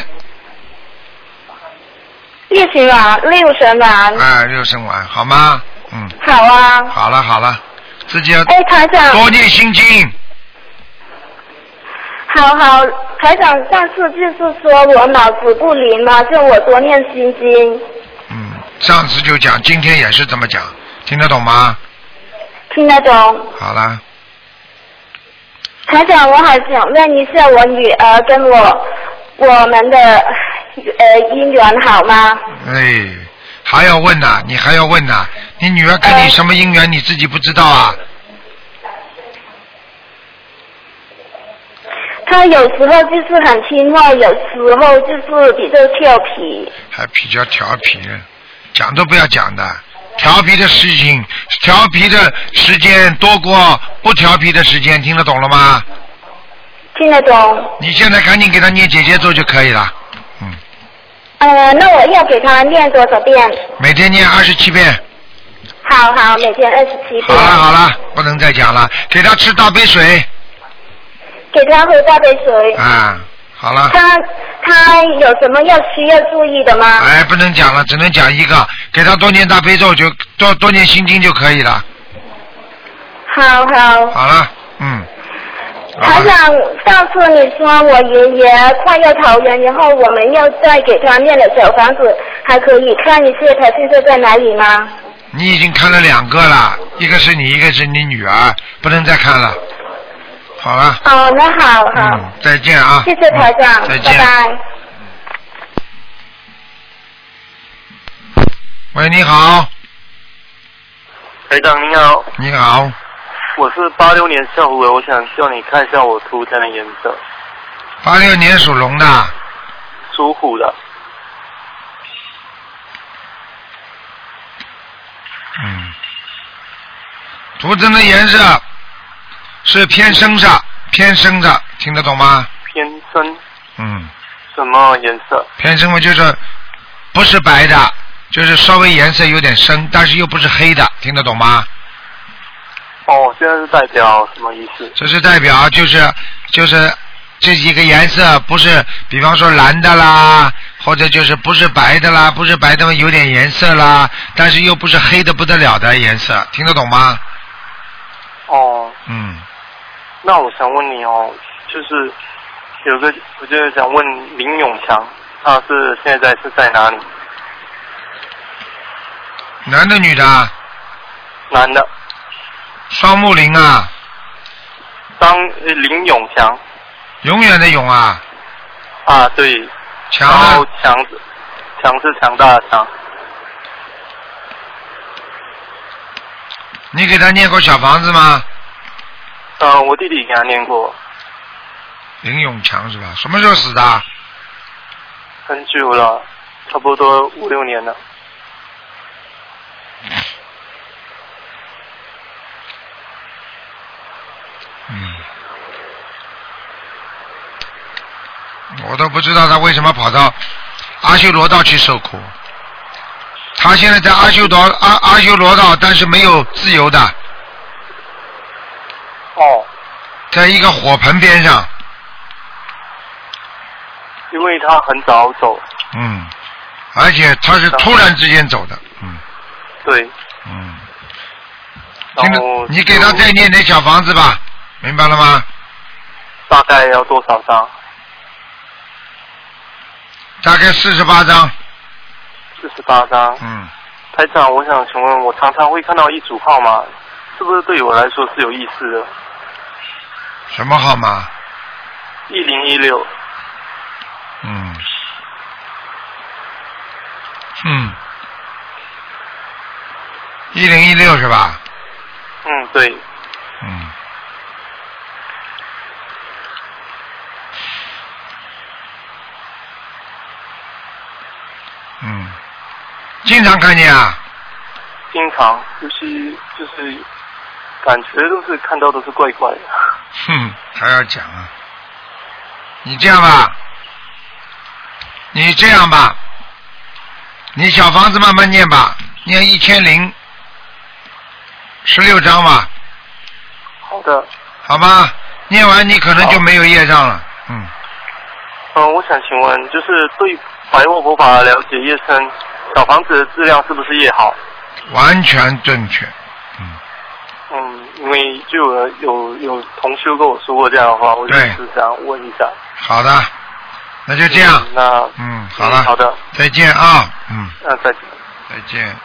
Speaker 8: 六神丸，啊六神丸，
Speaker 1: 啊，六神丸，好吗？嗯，
Speaker 8: 好啊。
Speaker 1: 好了好了，自己要
Speaker 8: 哎，台长，
Speaker 1: 多念心经，
Speaker 8: 好好，台长上次就是说我脑子不灵嘛，叫我多念心经，
Speaker 1: 嗯，上次就讲，今天也是这么讲，听得懂吗？
Speaker 8: 听得懂？
Speaker 1: 好了，
Speaker 8: 台长，我还想问一下，我女儿跟我我们的呃姻缘好吗？
Speaker 1: 哎，还要问呐、你还要问呐、你女儿跟你
Speaker 8: 哎
Speaker 1: 什么姻缘，你自己不知道啊？
Speaker 8: 她有时候就是很听话，有时候就是比较调皮。
Speaker 1: 还比较调皮，讲都不要讲的。调皮的事情，调皮的时间多过不调皮的时间，听得懂了吗？
Speaker 8: 听得懂。
Speaker 1: 你现在赶紧给他念姐姐咒就可以了，嗯，
Speaker 8: 呃，那我要给他念多少遍？
Speaker 1: 每天念二十七遍。
Speaker 8: 好好，每天二十七
Speaker 1: 好啊
Speaker 8: 遍。
Speaker 1: 了好了，不能再讲了，给他吃大杯水
Speaker 8: 给他喝大杯水。
Speaker 1: 啊。好了，
Speaker 8: 他他有什么要需要注意的吗？
Speaker 1: 哎，不能讲了，只能讲一个，给他多念大悲咒就多多念心经就可以了。
Speaker 8: 好好。
Speaker 1: 好了，嗯，
Speaker 9: 啊
Speaker 8: 台长，上次你说我爷爷快要投人，然后我们要再给他念了小房子，还可以看一下他现在在哪里吗？
Speaker 1: 你已经看了两个了，一个是你，一个是你女儿，不能再看了。好了，
Speaker 8: 哦，那好好，
Speaker 1: 嗯，再见啊。
Speaker 8: 谢谢台长，
Speaker 1: 嗯再
Speaker 8: 拜
Speaker 1: 见。
Speaker 8: 拜。
Speaker 1: 喂，你好，
Speaker 10: 台长你好，
Speaker 1: 你好，
Speaker 10: 我是八六年小虎的，我想叫你看一下我图腾的颜色，
Speaker 1: 八六年属龙的，
Speaker 10: 属虎的。
Speaker 1: 嗯，图腾的颜色是偏深色，偏深色，听得懂吗？
Speaker 10: 偏深，
Speaker 1: 嗯，
Speaker 10: 什么颜色？
Speaker 1: 偏深嘛就是不是白的，就是稍微颜色有点深，但是又不是黑的，听得懂吗？
Speaker 10: 哦，现在是代表什么意思？
Speaker 1: 这是代表就是就是这几个颜色不是，比方说蓝的啦，或者就是不是白的啦，不是白的嘛有点颜色啦，但是又不是黑的不得了的颜色，听得懂吗？
Speaker 10: 哦，
Speaker 1: 嗯，
Speaker 10: 那我想问你哦，就是有个，我就是想问林永强，他是现在是在哪里？
Speaker 1: 男的女的啊，
Speaker 10: 男的，
Speaker 1: 双木林啊，
Speaker 10: 张呃林永强
Speaker 1: 永远的永啊，
Speaker 10: 啊，对，
Speaker 1: 强
Speaker 10: 然
Speaker 1: 啊
Speaker 10: 后，强是强是强大的强，
Speaker 1: 你给他念过小房子吗？
Speaker 10: 嗯、我弟弟给他念过，
Speaker 1: 林永强是吧？什么时候死的啊？
Speaker 10: 很久了，差不多五六年了。
Speaker 1: 嗯，我都不知道他为什么跑到阿修罗道去受苦。他现在在阿修罗阿阿修罗道，但是没有自由的，
Speaker 10: 哦，
Speaker 1: 在一个火盆边上。
Speaker 10: 因为他很早走，
Speaker 1: 嗯，而且他是突然之间走的。嗯
Speaker 10: 对，
Speaker 1: 嗯，
Speaker 10: 然后
Speaker 1: 你给他再念点小房子吧，明白了吗？
Speaker 10: 大概要多少张？
Speaker 1: 大概四十八章。
Speaker 10: 四十八张。
Speaker 1: 嗯，
Speaker 10: 台长，我想请问，我常常会看到一组号码，是不是对我来说是有意思的？
Speaker 1: 什么号码？
Speaker 10: 一零一六，
Speaker 1: 嗯，嗯，一零一六是吧？
Speaker 10: 嗯，对，
Speaker 1: 嗯。嗯，经常看见啊，
Speaker 10: 经常，尤其就是感觉都是看到都是怪怪的。
Speaker 1: 哼，还要讲啊？你这样吧，你这样吧，你小房子慢慢念吧，念一千零十六章吧，
Speaker 10: 好的，
Speaker 1: 好吗？念完你可能就没有业障了。嗯，
Speaker 10: 嗯，我想请问，就是对白话佛法了解越深，小房子的质量是不是越好？
Speaker 1: 完全正确。
Speaker 10: 嗯，因为就有有有同修跟我说过这样的话，我就
Speaker 1: 对
Speaker 10: 是想问一下。
Speaker 1: 好的，那就这样
Speaker 10: 嗯。那
Speaker 1: 嗯，好了，
Speaker 10: 嗯好的，
Speaker 1: 再见啊。嗯，
Speaker 10: 那再见。
Speaker 1: 再见。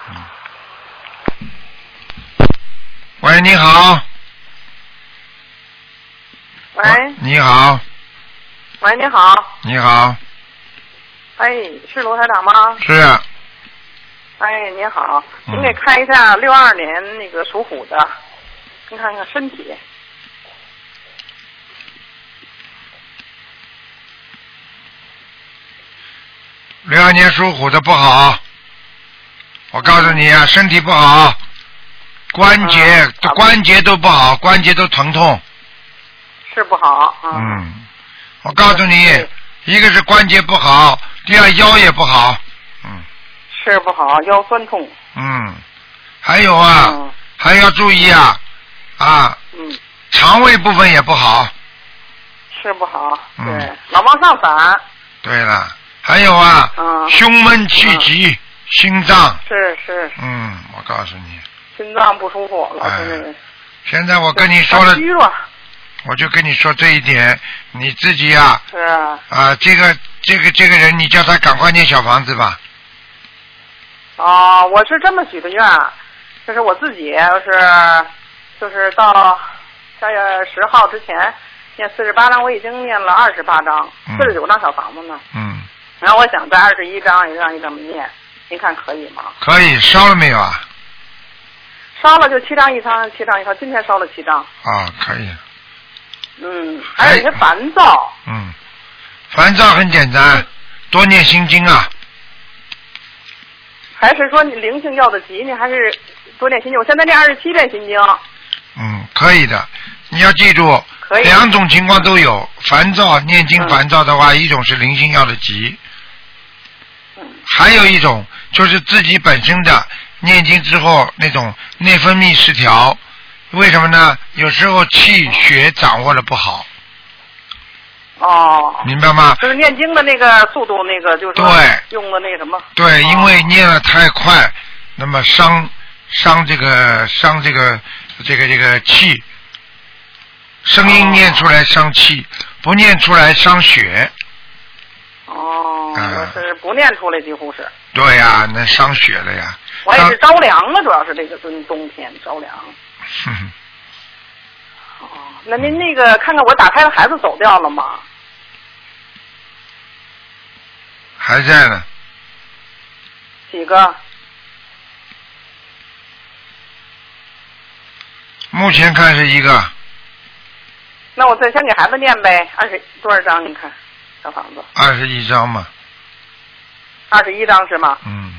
Speaker 1: 嗯。喂，你好，
Speaker 11: 喂，
Speaker 1: 你好，
Speaker 11: 喂，你好，
Speaker 1: 你好，
Speaker 11: 哎，是罗台长吗？
Speaker 1: 是。
Speaker 11: 哎，你好，
Speaker 1: 嗯
Speaker 11: 您给看一下六二年那个属虎的，您看看身体。
Speaker 1: 六二年属虎的不好，我告诉你啊，
Speaker 11: 嗯
Speaker 1: 身体不好，关节、关节都不好，关节都疼痛。
Speaker 11: 是不好，嗯，
Speaker 1: 嗯，我告诉你，一个是关节不好，第二腰也不好，
Speaker 11: 是不好，腰酸痛，
Speaker 1: 嗯，还有啊，还要注意啊，啊，
Speaker 11: 嗯，
Speaker 1: 肠胃部分也不好。
Speaker 11: 是不好，
Speaker 1: 嗯，
Speaker 11: 老往上反，
Speaker 1: 对了，还有啊，
Speaker 11: 嗯
Speaker 1: 胸闷气急，心脏，
Speaker 11: 是是，
Speaker 1: 嗯，我告诉你，哎
Speaker 11: 心脏不舒服，老是那个，
Speaker 1: 现在我跟你说了
Speaker 11: 长，虚弱，
Speaker 1: 我就跟你说这一点，你自己呀、啊，
Speaker 11: 是啊，
Speaker 1: 这个这个这个人，你叫他赶快念小房子吧。
Speaker 11: 哦，我是这么许的愿，就是我自己要是就是到三月十号之前念四十八章，我已经念了二十八章，
Speaker 1: 嗯
Speaker 11: 四十九章小房子呢。
Speaker 1: 嗯，
Speaker 11: 然后我想在二十一章也让你这么念，您看可以吗？
Speaker 1: 可以烧了没有啊？
Speaker 11: 烧了就七张一张，七张一张，今天烧了七张。
Speaker 1: 啊、可以。
Speaker 11: 嗯，还有一些
Speaker 1: 哎
Speaker 11: 烦躁，
Speaker 1: 嗯，烦躁很简单，
Speaker 11: 嗯
Speaker 1: 多念心经啊。
Speaker 11: 还是说你灵性要的急呢，还是多练心经？我现在练二十七遍心经，
Speaker 1: 嗯，可以的。你要记住
Speaker 11: 可，以嗯
Speaker 1: 两种情况都有。烦躁，念经烦躁的话，一种是灵性要的急，
Speaker 11: 嗯
Speaker 1: 还有一种就是自己本身的念经之后那种内分泌失调。为什么呢？有时候气血掌握的不好，
Speaker 11: 哦，
Speaker 1: 明白吗？
Speaker 11: 就是念经的那个速度，那个就是说
Speaker 1: 对
Speaker 11: 用的那个什么，
Speaker 1: 对，因为念的太快，那么伤伤这个伤这个这个这个气，声
Speaker 11: 哦
Speaker 1: 音念出来伤气，不念出来伤血。
Speaker 11: 哦，
Speaker 1: 嗯
Speaker 11: 就是不念出来，几乎是。
Speaker 1: 对呀、那伤血了呀。
Speaker 11: 我也是着凉了，主要是这个冬冬天着凉。哦
Speaker 1: 哼哼
Speaker 11: 那您那个看看我打开了，孩子走掉了吗？
Speaker 1: 还在呢，
Speaker 11: 几个？
Speaker 1: 目前看是一个，
Speaker 11: 那我再先给孩子念呗，二十多少张？您看，小房子
Speaker 1: 二十一张嘛，
Speaker 11: 二十一张是吗？
Speaker 1: 嗯，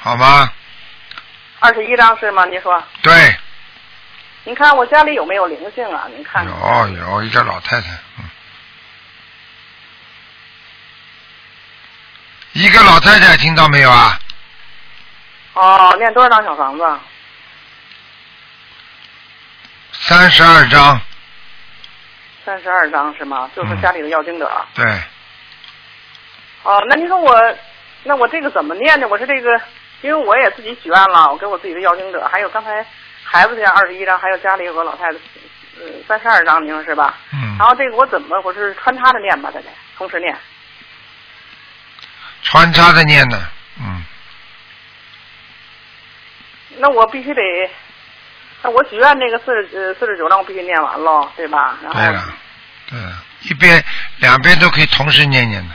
Speaker 1: 好吗？
Speaker 11: 二十一张是吗？您说，
Speaker 1: 对，
Speaker 11: 您看我家里有没有灵性啊？您看看，
Speaker 1: 有有一个老太太，嗯，一个老太太听到没有啊？
Speaker 11: 哦，念多少张小房子？
Speaker 1: 三十二张，
Speaker 11: 三十二张是吗？就是家里的要经者。
Speaker 1: 对，
Speaker 11: 哦，那您说我，那我这个怎么念呢？我是这个，因为我也自己许愿了，我给我自己的要经者，还有刚才孩子这样二十一张，还有家里有个老太太，呃，三十二张，您说是吧？
Speaker 1: 嗯
Speaker 11: 然，后这个我怎么，我是穿插着念吧，大概同时念。
Speaker 1: 穿插着念呢，嗯，
Speaker 11: 那我必须得，那我许愿这个四十呃四十九张我必须念完喽，对吧？然后
Speaker 1: 对啊了，对了，一边两边都可以同时念念的，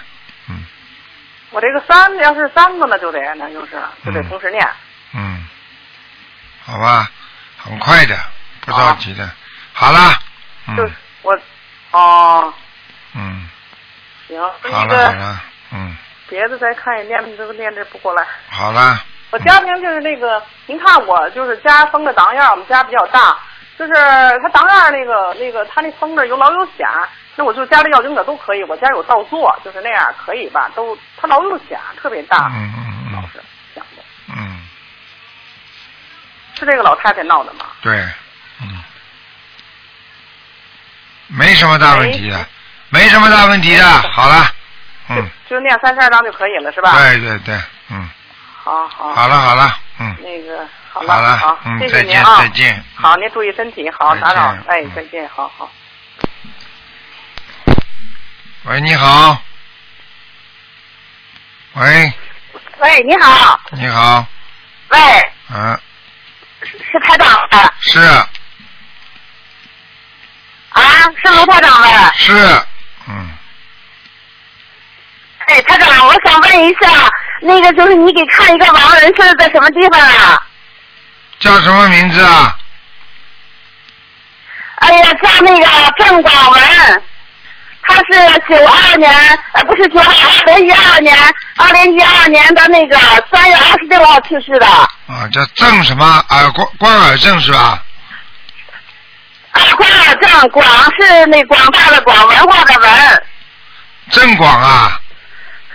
Speaker 11: 我这个三要是三个呢，就得那就是就得同时念。
Speaker 1: 嗯，好吧，很快的，不着急的。好啦，
Speaker 11: 就是
Speaker 1: 嗯
Speaker 11: 我，哦，
Speaker 1: 嗯，
Speaker 11: 行，
Speaker 1: 好
Speaker 11: 那
Speaker 1: 了好
Speaker 11: 个
Speaker 1: 了，嗯，
Speaker 11: 别的再看一念，这个念这不过来。
Speaker 1: 好了，
Speaker 11: 我家庭就是那个，您看我就是家封的挡院，我们家比较大，就是它挡院那个那个它那封着有老有小，那我就家里要经者都可以，我家有倒座，就是那样可以吧？都它老有小，特别大，
Speaker 1: 嗯嗯嗯
Speaker 11: 想的
Speaker 1: 嗯，
Speaker 11: 是这个老太太闹的吗？
Speaker 1: 对，嗯，没什么大问题的，没什么大问题的。好了，嗯，
Speaker 11: 就是念三十二章就可以了，是吧？
Speaker 1: 对对对，嗯，
Speaker 11: 好好
Speaker 1: 好了好了，嗯，
Speaker 11: 那个好
Speaker 1: 好了
Speaker 11: 好，
Speaker 1: 嗯
Speaker 11: 谢谢
Speaker 1: 再
Speaker 11: 您
Speaker 1: 见
Speaker 11: 啊，
Speaker 1: 再见
Speaker 11: 好，您注意身体，好，
Speaker 1: 再
Speaker 11: 打扰
Speaker 1: 见，嗯
Speaker 11: 哎，再见，好好。
Speaker 1: 喂，你好，喂，
Speaker 9: 喂，你好，
Speaker 1: 你好，
Speaker 9: 喂，
Speaker 1: 嗯，
Speaker 9: 是台长呗？
Speaker 1: 是
Speaker 9: 啊，是卢台长呗？
Speaker 1: 是，嗯。
Speaker 9: 哎，台长，我想问一下，那个就是你给看一个王人是在什么地方啊？
Speaker 1: 叫什么名字啊？
Speaker 9: 哎呀，叫那个郑广文，他是九二年，呃，不是九二，二零一二年，二零一二年的那个三月二十六号去世的。
Speaker 1: 啊，叫郑什么？啊耳光光耳症是吧？
Speaker 9: 啊，广尔郑，广是那广大的广，文化的文。
Speaker 1: 郑广啊，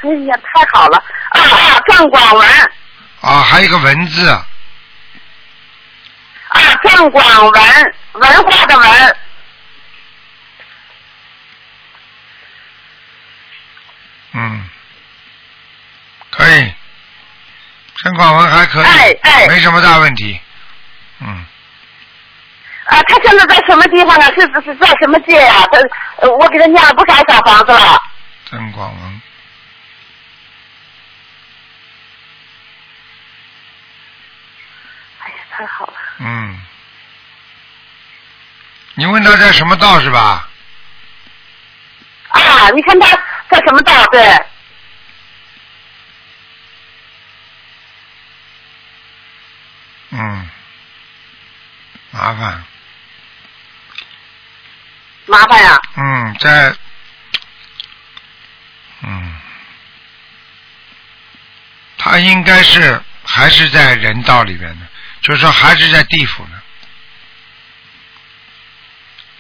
Speaker 9: 哎呀，太好了！啊啊，郑广文，
Speaker 1: 啊，还有一个文字，
Speaker 9: 啊，郑广文，文化的文。
Speaker 1: 嗯，可以。郑广文还可以，
Speaker 9: 哎哎
Speaker 1: 没什么大问题。嗯，
Speaker 9: 呃
Speaker 8: 啊，他现在在什么地方啊？是是是在什么界
Speaker 9: 啊
Speaker 8: 呀、他呃我给他念了不少小房子了。
Speaker 1: 曾广文，
Speaker 12: 哎呀，太好了。
Speaker 1: 嗯，你问他在什么道是吧？
Speaker 8: 啊，你看他在什么道？对，
Speaker 1: 嗯，麻烦，
Speaker 8: 麻烦呀、
Speaker 1: 嗯，在，嗯，他应该是还是在人道里边的，就是说还是在地府呢。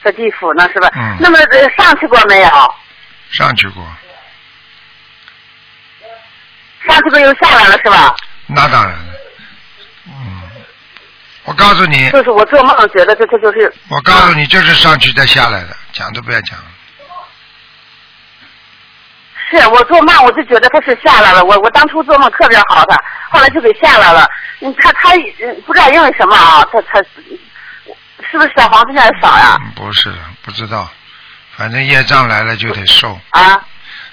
Speaker 8: 在地府呢是吧？
Speaker 1: 嗯
Speaker 8: 那么、呃、上去过没有？
Speaker 1: 上去过，
Speaker 8: 上去过又下来了是吧？
Speaker 1: 那当然了。嗯，我告诉你，
Speaker 8: 就是我做梦觉得这这就是
Speaker 1: 我告诉你，就是上去再下来的，讲都不要讲了。
Speaker 8: 是我做梦，我就觉得他是下来了。我我当初做梦特别好他，后来就给下来了。嗯，他他嗯不知道因为什么啊，他他是不是小房子现在少呀？
Speaker 1: 嗯不是了，不知道，反正业障来了就得受，
Speaker 8: 啊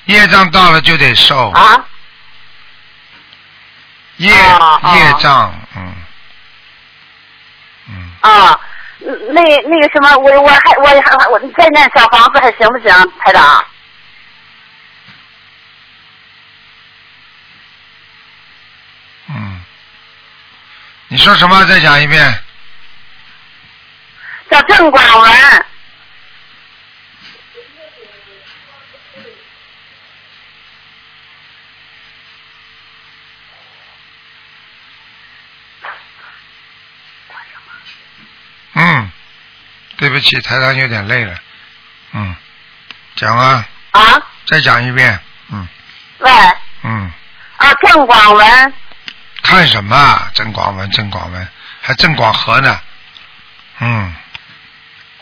Speaker 1: 业障到了就得受。
Speaker 8: 啊！
Speaker 1: 业
Speaker 8: 啊啊
Speaker 1: 业障，嗯，
Speaker 8: 啊！嗯那那个什么，我我还我还我再念小房子还行不行，台长？
Speaker 1: 嗯你说什么？再讲一遍。
Speaker 8: 叫郑广文。
Speaker 1: 嗯，对不起，台长有点累了。嗯，讲啊。
Speaker 8: 啊。
Speaker 1: 再讲一遍。
Speaker 8: 喂，
Speaker 1: 嗯，
Speaker 8: 啊，郑广文，
Speaker 1: 看什么啊？郑广文，郑广文，还郑广和呢。嗯，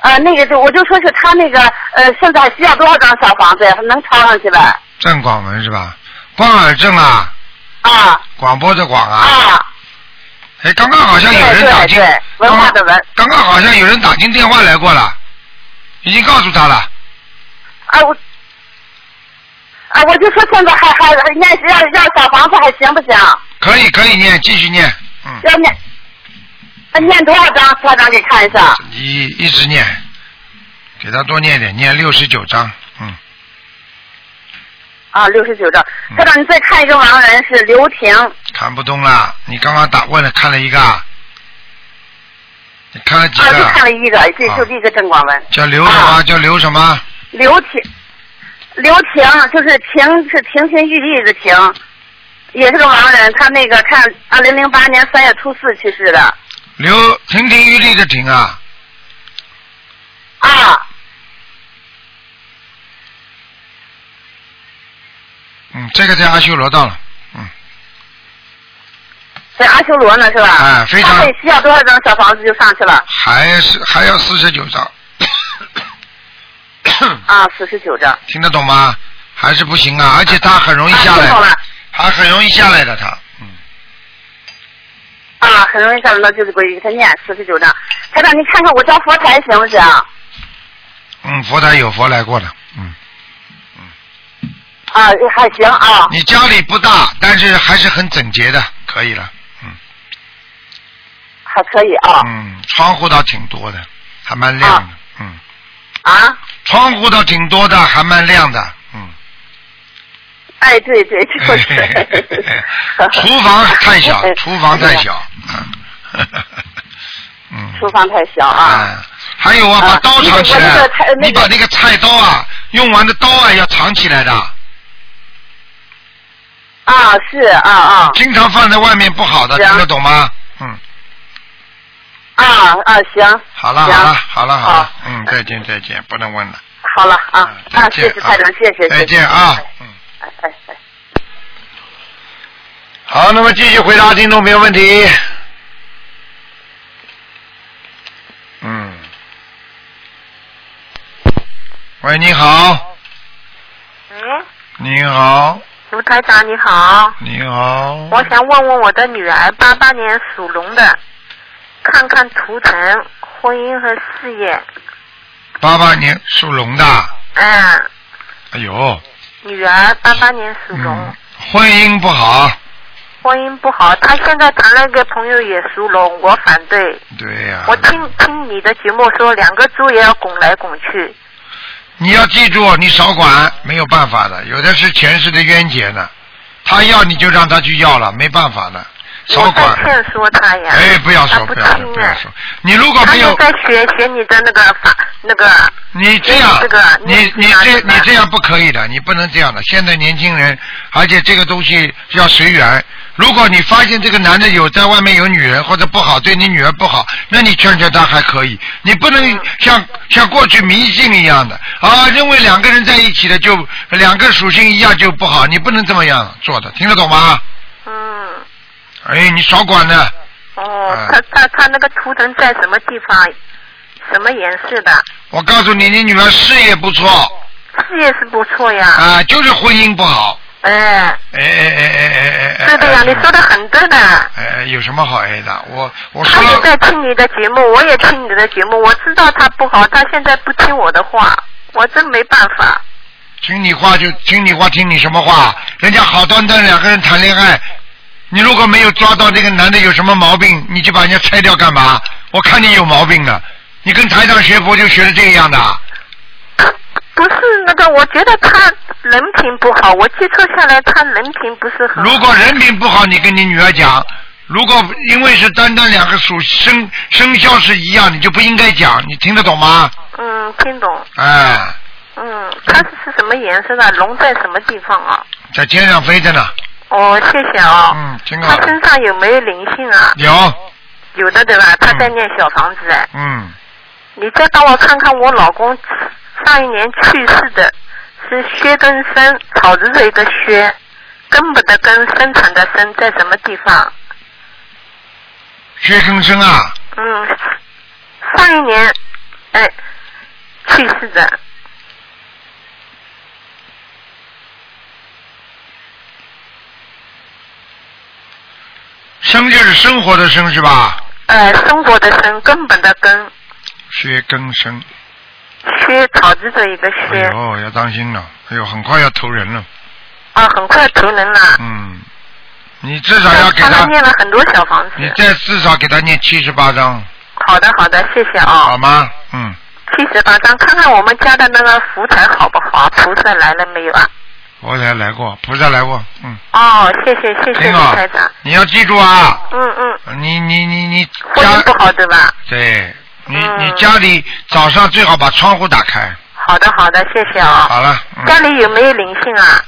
Speaker 8: 呃，那个就我就说是他那个呃，现在需要多少张小房子呀？能抄上去呗？
Speaker 1: 郑广文是吧？广尔正啊。
Speaker 8: 啊。
Speaker 1: 广播的广啊。啊。哎，刚刚好像有人打进，
Speaker 8: 文化的文。
Speaker 1: 刚刚好像有人打进电话来过了，已经告诉他了。
Speaker 8: 啊，我啊，我就说现在还还还念要要小房子还行不行？
Speaker 1: 可以，可以念，继续念，
Speaker 8: 要念，啊念多少张？台长给看一下。
Speaker 1: 一一直念，给他多念点，念六十九章。嗯，
Speaker 8: 啊，六十九张。台长，你再看一个盲人是刘婷，
Speaker 1: 看不懂了。你刚刚打问了，看了一个啊，你看了几
Speaker 8: 啊，
Speaker 1: 个
Speaker 8: 就
Speaker 1: 了？
Speaker 8: 看了一个，啊这
Speaker 1: 啊
Speaker 8: 就这个郑广文。
Speaker 1: 叫刘什么？叫刘什么？
Speaker 8: 刘婷，刘婷就是婷是亭亭玉立的婷，也是个盲人，他那个看二零零八年三月初四去世的。
Speaker 1: 刘亭亭玉立的亭啊。
Speaker 8: 啊。
Speaker 1: 嗯，这个在阿修罗道了，
Speaker 8: 在阿修罗呢是吧？
Speaker 1: 哎非常
Speaker 8: 他得需要多少张小房子就上去了？
Speaker 1: 还是还要四十九 章，
Speaker 8: 啊，四十九张。
Speaker 1: 听得懂吗？还是不行啊，而且他很容易下
Speaker 8: 啊听懂
Speaker 1: 来
Speaker 8: 了，
Speaker 1: 他很容易下来的他。
Speaker 8: 啊，很容易下轮到就是给他念四十九张。台长，您看看我家佛台行不啊行？
Speaker 1: 嗯，佛台有佛来过的，嗯。
Speaker 8: 啊，还行啊。
Speaker 1: 你家里不大，但是还是很整洁的，可以了。
Speaker 8: 还可以啊。
Speaker 1: 嗯，窗户倒挺多的，还蛮亮的。嗯。
Speaker 8: 啊？
Speaker 1: 窗户倒挺多的，还蛮亮的。嗯
Speaker 8: 哎，对对，就是
Speaker 1: 厨房太小，厨房太
Speaker 8: 哎
Speaker 1: 小。
Speaker 8: 厨房太小啊。
Speaker 1: 嗯还有啊，把刀藏起
Speaker 8: 我那
Speaker 1: 来
Speaker 8: 个菜呃，那个
Speaker 1: 你把那个菜刀啊，用完的刀啊要藏起来的。
Speaker 8: 啊，是啊啊。
Speaker 1: 经常放在外面不好的，
Speaker 8: 行
Speaker 1: 听得懂吗？
Speaker 8: 啊啊，行，
Speaker 1: 好了
Speaker 8: 行
Speaker 1: 好了好了好了，嗯，再见再见，不能问了，
Speaker 8: 好了啊，
Speaker 1: 嗯再
Speaker 8: 那谢
Speaker 1: 见
Speaker 8: 谢台长，谢谢，谢谢
Speaker 1: 再见啊。。
Speaker 8: 哎哎哎。
Speaker 1: 好，那么继续回答听众朋友问题。嗯。喂，你好，
Speaker 13: 嗯，
Speaker 1: 你好，
Speaker 13: 卢台长你好，
Speaker 1: 你好，
Speaker 13: 我想问问我的女儿，八八年属龙的，看看图腾、婚姻和事业。
Speaker 1: 八八年属龙的，
Speaker 13: 嗯，
Speaker 1: 哎呦，
Speaker 13: 女儿八八年属龙，
Speaker 1: 嗯，婚姻不好，
Speaker 13: 婚姻不好。她现在谈了一个朋友也属龙，我反对。
Speaker 1: 对呀、
Speaker 13: 我听听你的节目说，两个猪也要拱来拱去。
Speaker 1: 你要记住，你少管，没有办法的，有的是前世的冤结呢，他要你就让他去要了，没办法的，少
Speaker 13: 我在
Speaker 1: 管。
Speaker 13: 劝说她呀。
Speaker 1: 哎，不要
Speaker 13: 她
Speaker 1: 说，
Speaker 13: 不
Speaker 1: 不
Speaker 13: 听
Speaker 1: 要说，不要
Speaker 13: 哎。
Speaker 1: 说。你如果
Speaker 13: 她
Speaker 1: 没
Speaker 13: 又
Speaker 1: 有，
Speaker 13: 在学学你的那个法，那个
Speaker 1: 你这样，
Speaker 13: 这个
Speaker 1: 你你这你这样不可以的，你不能这样的。现在年轻人，而且这个东西要随缘。如果你发现这个男的有在外面有女人或者不好，对你女儿不好，那你劝劝他还可以。你不能像像过去迷信一样的啊，认为两个人在一起的就两个属性一样就不好，你不能这么样做的，听得懂吗？嗯。哎，你少管呢。嗯
Speaker 13: 哦，她她她那个图腾在什么地方？什么颜色的？
Speaker 1: 我告诉你，你女儿事业不错
Speaker 13: 事业是不错呀。
Speaker 1: 啊，就是婚姻不好。
Speaker 13: 哎，
Speaker 1: 哎哎哎哎哎哎！
Speaker 13: 对的呀，
Speaker 1: 哎
Speaker 13: 你说的很对的。
Speaker 1: 哎，有什么好 A 的？我我
Speaker 13: 他
Speaker 1: 说
Speaker 13: 也在听你的节目，我也听你的节目，我知道他不好，他现在不听我的话，我真没办法。
Speaker 1: 听你话就听你话，听你什么话？人家好端端两个人谈恋爱，你如果没有抓到这个男的有什么毛病，你就把人家拆掉干嘛？我看你有毛病了，你跟台长学佛就学的这个样的啊。
Speaker 13: 不是那个，我觉得他人品不好，我接触下来他人品不是很好。
Speaker 1: 如果人品不好，你跟你女儿讲；如果因为是单单两个属生生肖是一样，你就不应该讲。你听得懂吗？
Speaker 13: 嗯，听懂。
Speaker 1: 哎，
Speaker 13: 嗯，他是是什么颜色的？龙在什么地方啊？
Speaker 1: 在天上飞着呢。
Speaker 13: 哦，谢谢啊、
Speaker 1: 嗯，挺好
Speaker 13: 他。身上有没有灵性啊？
Speaker 1: 有，
Speaker 13: 有的对吧？他在念小房子哎。
Speaker 1: 嗯。
Speaker 13: 你再帮我看看我老公上一年去世的，是薛根生，草字头一个薛，根本的根，生产的生，在什么地方？
Speaker 1: 薛更生啊，
Speaker 13: 嗯，上一年，哎，去世的，
Speaker 1: 生就是生活的生是吧？
Speaker 13: 呃，生活的生，根本的根，
Speaker 1: 薛更生，
Speaker 13: 薛草字头一个
Speaker 1: 哎
Speaker 13: 薛，
Speaker 1: 呦，要当心了，哎呦，很快要投人了，
Speaker 13: 啊，很快投人了。
Speaker 1: 嗯，你至少要给
Speaker 13: 帮
Speaker 1: 他，
Speaker 13: 念了很多小房子。
Speaker 1: 你再至少给他念七十八章，
Speaker 13: 好的，好的，谢谢啊、
Speaker 1: 好吗？嗯，
Speaker 13: 七十八张，看看我们家的那个福台好不好？啊菩萨来了没有啊？
Speaker 1: 我才来过，菩萨来过，嗯，
Speaker 13: 哦，谢谢谢谢
Speaker 1: 挺
Speaker 13: 李
Speaker 1: 好
Speaker 13: 台长。，
Speaker 1: 你要记住啊，
Speaker 13: 嗯嗯，
Speaker 1: 你你你你
Speaker 13: 婚姻不好对吧？
Speaker 1: 对，你
Speaker 13: 嗯
Speaker 1: 你家里早上最好把窗户打开，
Speaker 13: 好的好的，谢谢啊、
Speaker 1: 好了，
Speaker 13: 家里有没有灵性啊？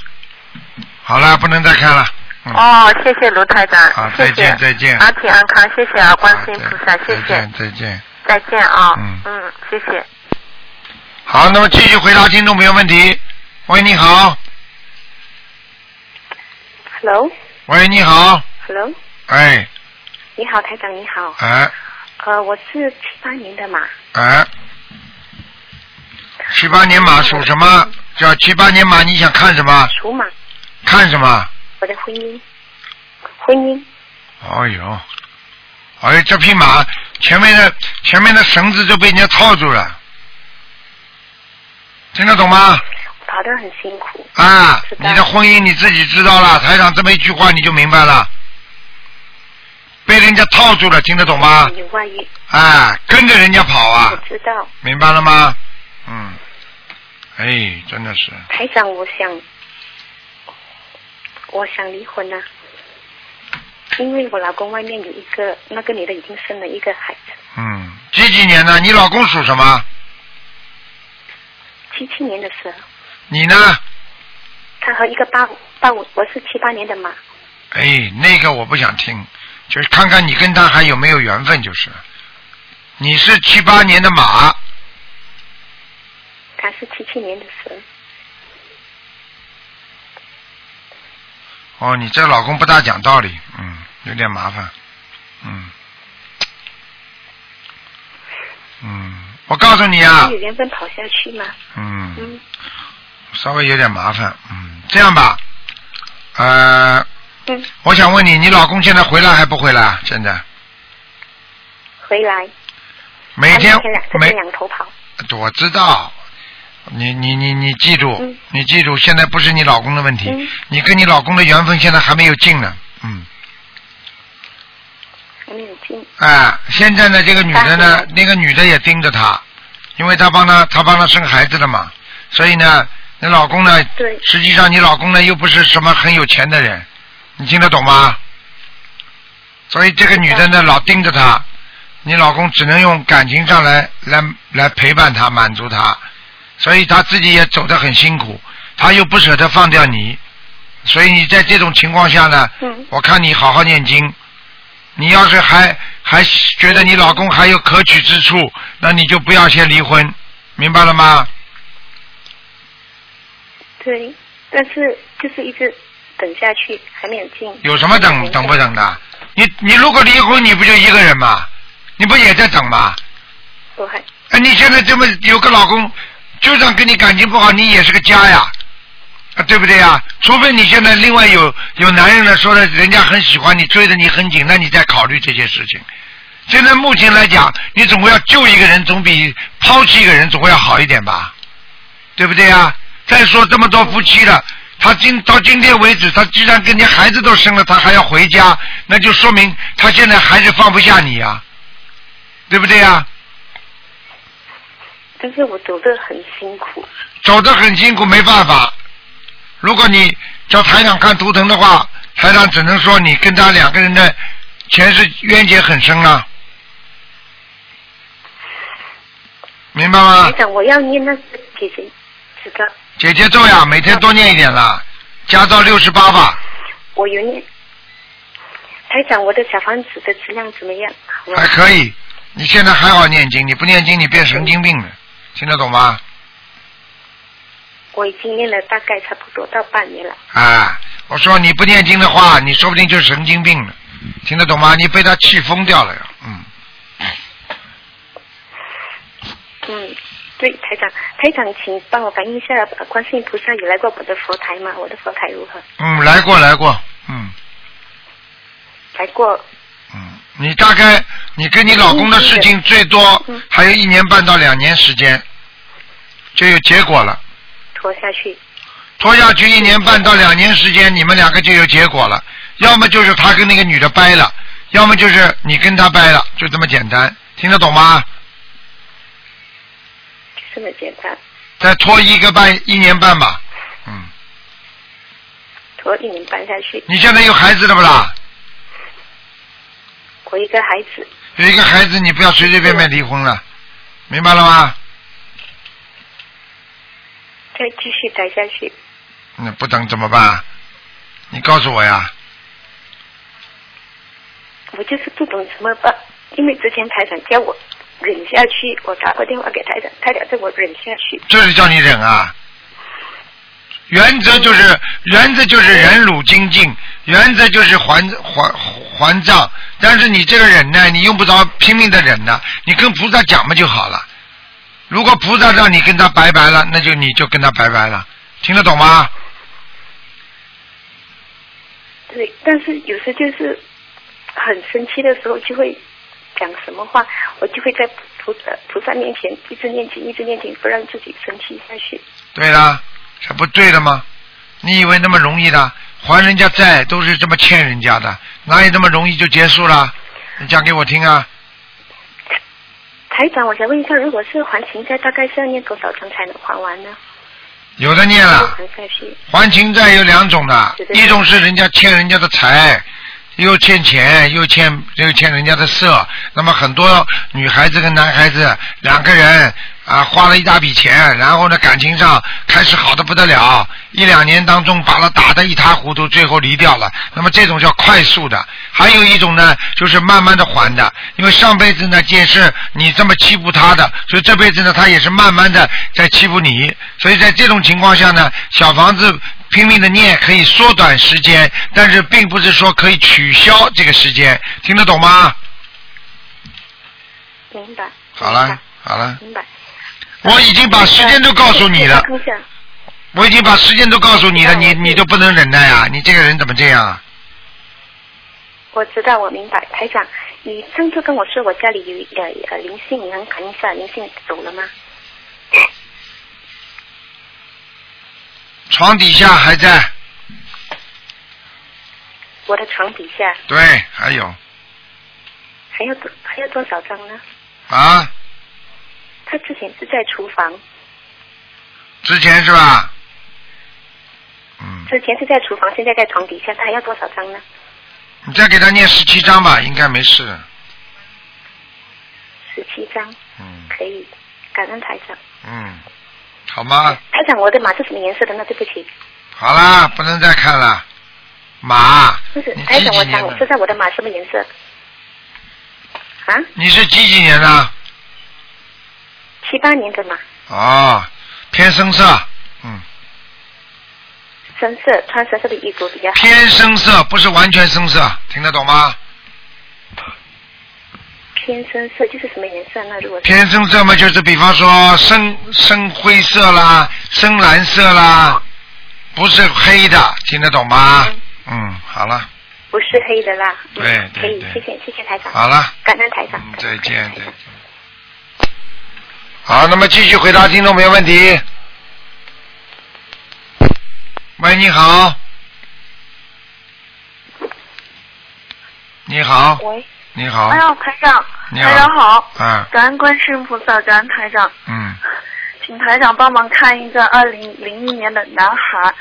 Speaker 1: 好了，不能再看了，嗯，
Speaker 13: 哦，谢谢卢台长，
Speaker 1: 好，
Speaker 13: 谢
Speaker 1: 再
Speaker 13: 谢，
Speaker 1: 见再见，
Speaker 13: 啊，体安康，谢谢啊，观世音菩萨，
Speaker 1: 再
Speaker 13: 谢谢，
Speaker 1: 见再见。
Speaker 13: 再见啊、
Speaker 1: 嗯
Speaker 13: 嗯，谢谢。
Speaker 1: 好，那么继续回答听众朋友问题。喂，你好。
Speaker 14: Hello，Hello，
Speaker 1: 喂，你好。哎，
Speaker 14: 你好，台长，你好。
Speaker 1: 哎，
Speaker 14: 呃，我是七八年的马，
Speaker 1: 哎。七八年马属什么？叫七八年马，你想看什么？
Speaker 14: 属马，
Speaker 1: 看什么？
Speaker 14: 我的婚姻，婚姻
Speaker 1: 哎呦，哎，这匹马前面的前面的绳子就被人家套住了，听得懂吗？
Speaker 14: 跑得很辛苦，
Speaker 1: 啊，你的婚姻你自己知道了，台长这么一句话你就明白了，被人家套住了，听得懂吗？
Speaker 14: 有外遇，
Speaker 1: 啊，跟着人家跑啊
Speaker 14: 我，知道。
Speaker 1: 明白了吗？嗯，哎，真的是，
Speaker 14: 台长，我想，我想离婚啊，因为我老公外面有一个那个女的已经生了一个孩子，
Speaker 1: 嗯，几几年呢？你老公属什么？
Speaker 14: 七七年的蛇，
Speaker 1: 你呢？
Speaker 14: 他和一个八五八五，我是七八年的马，
Speaker 1: 哎，那个我不想听，就是看看你跟他还有没有缘分就是了。你是七八年的马，
Speaker 14: 他是七七年的蛇，
Speaker 1: 哦，你这老公不大讲道理，嗯，有点麻烦，嗯，嗯，我告诉你啊
Speaker 14: 还，有缘分跑下去吗？
Speaker 1: 嗯。
Speaker 14: 嗯，
Speaker 1: 稍微有点麻烦，嗯，这样吧，呃，
Speaker 14: 嗯
Speaker 1: 我想问你，你老公现在回来还不回来啊？现在
Speaker 14: 回回来，
Speaker 1: 每天
Speaker 14: 他两他
Speaker 1: 每
Speaker 14: 们两头跑。
Speaker 1: 我知道，你你你你记住、
Speaker 14: 嗯
Speaker 1: 你记住，现在不是你老公的问题，你跟你老公的缘分现在还没有尽呢，嗯，
Speaker 14: 还没有进。
Speaker 1: 啊，现在呢，这个女的呢，那个女的也盯着他，因为她帮他，她帮他生孩子了嘛，所以呢，你老公呢，
Speaker 14: 对
Speaker 1: 实际上你老公呢又不是什么很有钱的人，你听得懂吗？所以这个女的
Speaker 14: 嗯
Speaker 1: 呢老盯着他，你老公只能用感情上来来来陪伴她、满足她，所以她自己也走得很辛苦，她又不舍得放掉你，所以你在这种情况下呢，我看你好好念经。你要是还还觉得你老公还有可取之处，那你就不要先离婚，明白了吗？
Speaker 14: 对，但是就是一直等下去，还没有进。
Speaker 1: 有什么等等不等的？你你如果离婚，你不就一个人吗？你不也在等吗？
Speaker 14: 我还
Speaker 1: 哎，你现在这么有个老公，就算跟你感情不好，你也是个家呀，啊，对不对呀？除非你现在另外有有男人了，说的人家很喜欢你，追着你很紧，那你再考虑这些事情。现在目前来讲，你总归要救一个人，总比抛弃一个人总归要好一点吧，对不对呀？再说这么多夫妻了，他今到今天为止，他居然跟你孩子都生了，他还要回家，那就说明他现在还是放不下你呀，对不对啊呀？
Speaker 14: 但是我走得很辛苦。
Speaker 1: 走得很辛苦，没办法。如果你叫台长看图腾的话，台长只能说你跟他两个人的前世冤结很深啊了，明白吗
Speaker 14: 台？长，我要念那个姐姐知道，
Speaker 1: 姐姐咒呀，每天多念一点啦，加到六十八吧，
Speaker 14: 我有念。台长，我的小房子的质量怎么样？好吗
Speaker 1: 还可以。你现在还好念经，你不念经你变神经病了，听得懂吗？
Speaker 14: 我已经念了大概差不多到半年了。
Speaker 1: 啊，我说你不念经的话，你说不定就是神经病了，听得懂吗？你被他气疯掉了呀，嗯。
Speaker 14: 嗯，对，台长，台长，请帮我反映一下，呃观世音菩萨有来过我的佛台吗？我的佛台如何？
Speaker 1: 嗯，来过来过，嗯。
Speaker 14: 来过
Speaker 1: 你大概你跟你老公的事情最多还有一年半到两年时间，就有结果了。
Speaker 14: 拖下去。
Speaker 1: 拖下去一年半到两年时间，你们两个就有结果了。要么就是他跟那个女的掰了，要么就是你跟他掰了，就这么简单，听得懂吗？
Speaker 14: 就这么简单，
Speaker 1: 再拖一个半一年半吧。
Speaker 14: 拖一年半下去。
Speaker 1: 你现在有孩子了不啦？
Speaker 14: 我一个孩子，
Speaker 1: 有一个孩子，你不要随随便便离婚了，明白了吗？
Speaker 14: 再继续待下去，
Speaker 1: 那不等怎么办啊？你告诉我呀。
Speaker 14: 我就是不懂怎么办。因为之前台长叫我忍下去，我打过电话给台长，台长叫我忍下去。
Speaker 1: 这是叫你忍啊。原则就是原则就是忍辱精进，原则就是还还还账。但是你这个忍呢，你用不着拼命的忍呢，你跟菩萨讲嘛就好了。如果菩萨让你跟他拜拜了，那就你就跟他拜拜了，听得懂吗？
Speaker 14: 对，但是有时就是很生气的时候，就会讲什么话，我就会在菩呃菩萨面前一直念经，一直念经，不让自己生气下去。
Speaker 1: 对啦，这不对的吗？你以为那么容易的？还人家债都是这么欠人家的，哪有那么容易就结束了？你讲给我听啊！
Speaker 14: 台长，我想问一下，如果是还情债，大概是要念多少张才能还完呢？
Speaker 1: 有的念了。
Speaker 14: 还下去，
Speaker 1: 还情债有两种的
Speaker 14: 是，的
Speaker 1: 一种是人家欠人家的财，又欠钱，又欠又欠人家的色。那么很多女孩子跟男孩子两个人啊，花了一大笔钱，然后呢感情上开始好的不得了，一两年当中把他打得一塌糊涂，最后离掉了。那么这种叫快速的。还有一种呢，就是慢慢的还的，因为上辈子呢，见是你这么欺负他的，所以这辈子呢，他也是慢慢的在欺负你。所以在这种情况下呢，小房子拼命的念可以缩短时间，但是并不是说可以取消这个时间，听得懂吗？
Speaker 14: 明白，
Speaker 1: 好了，好了，
Speaker 14: 明白。
Speaker 1: 我已经把时间都告诉你了，
Speaker 14: 看一下，
Speaker 1: 我已经把时间都告诉你了，你你都不能忍耐啊！你这个人怎么这样啊？
Speaker 14: 我知道，我明白，台长。你上次跟我说我家里有呃呃灵性，你能看一下灵性走了吗？
Speaker 1: 床底下还在，
Speaker 14: 我的床底下
Speaker 1: 对，还有
Speaker 14: 还要多还要多少张呢？
Speaker 1: 啊，
Speaker 14: 他之前是在厨房，
Speaker 1: 之前是吧？嗯
Speaker 14: 之前是在厨房，现在在床底下，他还要多少张呢？
Speaker 1: 你再给他念十七章吧，应该没事。
Speaker 14: 十七张，
Speaker 1: 嗯
Speaker 14: 可以，感恩台长。
Speaker 1: 嗯，好吗？
Speaker 14: 台长，我的马是什么颜色的呢？对不起，
Speaker 1: 好啦，不能再看了。马，
Speaker 14: 不是
Speaker 1: 你
Speaker 14: 台
Speaker 1: 几
Speaker 14: 长，
Speaker 1: 几
Speaker 14: 我
Speaker 1: 年
Speaker 14: 想我
Speaker 1: 的？
Speaker 14: 知道我的马什么颜色？啊，
Speaker 1: 你是几几年的？
Speaker 14: 七八年的马，
Speaker 1: 哦，偏深色，
Speaker 14: 深色，穿深色的衣服比较好。
Speaker 1: 偏深色，不是完全深色，听得懂吗？
Speaker 14: 偏深色就是什么颜色呢？如果是
Speaker 1: 偏深色嘛，就是比方说深深灰色啦、深蓝色啦，不是黑的，听得懂吗？嗯，好了，
Speaker 14: 不是黑的啦，
Speaker 1: 哎对
Speaker 14: 可
Speaker 1: 对
Speaker 14: 以，嗯谢
Speaker 1: 对，
Speaker 14: 谢谢谢台长。
Speaker 1: 好了，
Speaker 14: 感恩台长。
Speaker 1: 嗯再见再见。好，那么继续回答听众朋友问题。喂，你好。你好，
Speaker 15: 喂，
Speaker 1: 你好
Speaker 15: 哎，呀，台长，
Speaker 1: 你
Speaker 15: 台长好，
Speaker 1: 啊，
Speaker 15: 感恩观世音菩萨，感恩台长，
Speaker 1: 嗯，
Speaker 15: 请台长帮忙看一个二零零一年的男孩，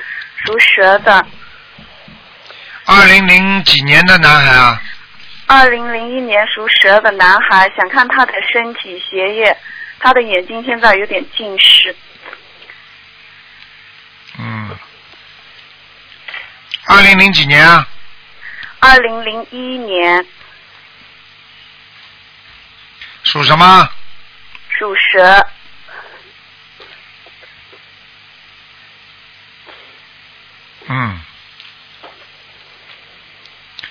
Speaker 15: 属蛇的，
Speaker 1: 二零零几年的男孩啊，
Speaker 15: 二零零一年属蛇的男孩，想看他的身体、学业，他的眼睛现在有点近视，
Speaker 1: 嗯，二零零几年啊，
Speaker 15: 二零零一年
Speaker 1: 属什么？
Speaker 15: 属蛇，
Speaker 1: 嗯，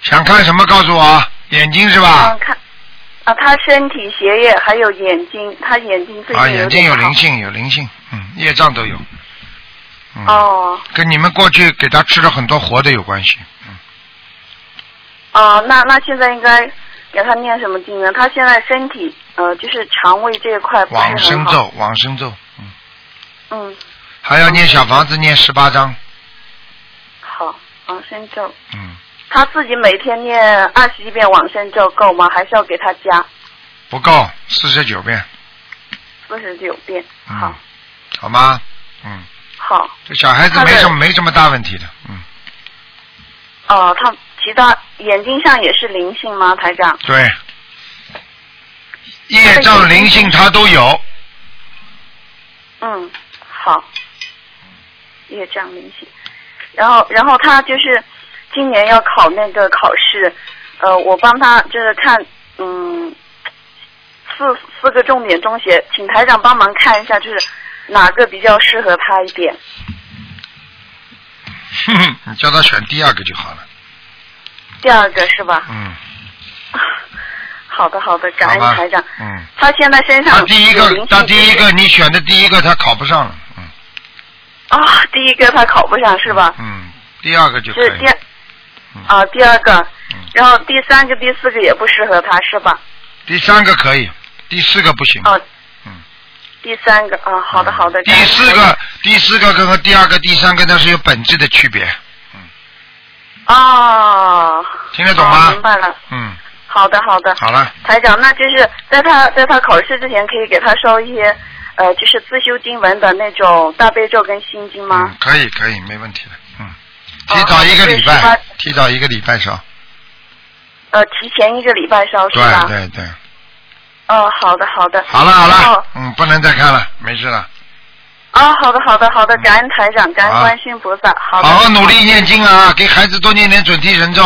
Speaker 1: 想看什么？告诉我啊，眼睛是吧？
Speaker 15: 嗯，看，啊，他身体、学业还有眼睛，他眼睛最
Speaker 1: 啊，
Speaker 15: 近有
Speaker 1: 眼睛
Speaker 15: 点
Speaker 1: 有
Speaker 15: 好
Speaker 1: 灵性，有灵性，嗯，业障都有，嗯
Speaker 15: 哦。
Speaker 1: 跟你们过去给他吃了很多活的有关系。
Speaker 15: 哦，那那现在应该给他念什么经呢？他现在身体呃，就是肠胃这一块不是
Speaker 1: 往
Speaker 15: 哎很
Speaker 1: 生
Speaker 15: 好。
Speaker 1: 咒，往生咒，
Speaker 15: 嗯，
Speaker 1: 还要念小房子，念十八章，
Speaker 15: 好，往生咒。
Speaker 1: 嗯，
Speaker 15: 他自己每天念二十一遍往生咒够吗？还是要给他加
Speaker 1: 不够四十九遍，
Speaker 15: 四十九遍？
Speaker 1: 嗯，好吗？嗯，
Speaker 15: 好。
Speaker 1: 这小孩子
Speaker 15: 他的
Speaker 1: 没什么没什么大问题的，嗯，
Speaker 15: 哦、他其他眼睛上也是灵性吗，台长？
Speaker 1: 对，业障灵性他都有，
Speaker 15: 嗯，好，业障明显。然后，然后他就是今年要考那个考试，呃，我帮他就是看，嗯，四四个重点中学，请台长帮忙看一下，就是哪个比较适合他一点。
Speaker 1: 哼哼，你叫他选第二个就好了，
Speaker 15: 第二个是吧？
Speaker 1: 嗯，
Speaker 15: 好的，好的，感
Speaker 1: 好
Speaker 15: 恩
Speaker 1: 吧
Speaker 15: 台长。，
Speaker 1: 嗯，
Speaker 15: 他现在身
Speaker 1: 他
Speaker 15: 上
Speaker 1: 第一
Speaker 15: 有
Speaker 1: 个
Speaker 15: 灵
Speaker 1: 他
Speaker 15: 性
Speaker 1: 第一个你选的第一个他考不上了，
Speaker 15: 啊、第一个他考不上是吧？
Speaker 1: 嗯，第二个就可
Speaker 15: 是
Speaker 1: 以嗯
Speaker 15: 第，二啊、第二个，然后第三个、第四个也不适合他是吧？
Speaker 1: 第三个可以，第四个不行，
Speaker 15: 哦，第三个啊，好的好的。
Speaker 1: 嗯第四个第四个跟和第二个第三个那是有本质的区别，
Speaker 15: 哦，
Speaker 1: 听得懂
Speaker 15: 哦
Speaker 1: 吗？
Speaker 15: 明白了，
Speaker 1: 嗯，
Speaker 15: 好的好的。
Speaker 1: 好了，
Speaker 15: 台长，那就是在他在他考试之前，可以给他烧一些呃，就是自修经文的那种大悲咒跟心经吗？
Speaker 1: 嗯可以可以，没问题的，嗯，提早一个礼
Speaker 15: 哦好
Speaker 1: 拜
Speaker 15: 的，
Speaker 1: 提早一个礼拜上，
Speaker 15: 呃，提前一个礼拜烧是
Speaker 1: 对
Speaker 15: 吧？
Speaker 1: 对对，
Speaker 15: 哦，好的好的。
Speaker 1: 好了好
Speaker 15: 然后
Speaker 1: 了，嗯，不能再看了，没事了。
Speaker 15: 啊，好的好的好的，感恩台长，
Speaker 1: 嗯
Speaker 15: 感
Speaker 1: 好
Speaker 15: 恩观世音菩萨，好的。
Speaker 1: 好好努力念经啊，给孩子多念点准提神咒，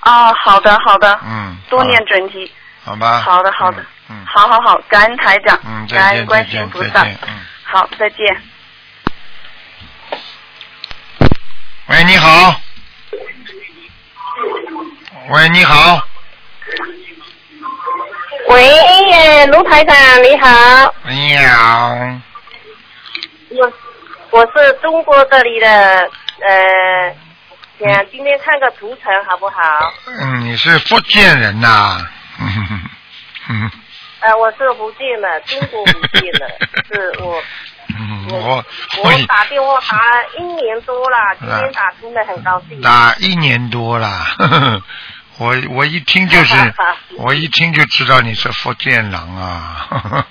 Speaker 15: 啊，好的好的，
Speaker 1: 嗯，
Speaker 15: 多念准提。
Speaker 1: 好吧。
Speaker 15: 好的好的，
Speaker 1: 啊嗯
Speaker 15: 好好好，感恩台长，
Speaker 1: 嗯，
Speaker 15: 感
Speaker 1: 再
Speaker 15: 恩
Speaker 1: 见
Speaker 15: 观
Speaker 1: 再
Speaker 15: 世音
Speaker 1: 见
Speaker 15: 菩
Speaker 1: 再
Speaker 15: 萨。
Speaker 1: 见，嗯。
Speaker 15: 好，再见。
Speaker 1: 喂，你好。喂，你好，
Speaker 16: 喂，哎，卢台长你好，
Speaker 1: 你好，嗯
Speaker 16: 我我是中国这里的呃
Speaker 1: 嗯
Speaker 17: 想今天看个图腾好不好？
Speaker 1: 嗯，你是福建人呐、 嗯哼哼嗯
Speaker 17: 呃，我是福建的，中国福 建的，是我
Speaker 1: 嗯，我
Speaker 17: 我
Speaker 1: 我以
Speaker 17: 打电话打了一年多了，今天打通了，很高兴。
Speaker 1: 打一年多了， 呵呵我我一听就是，我一听就知道你是福建人啊。呵呵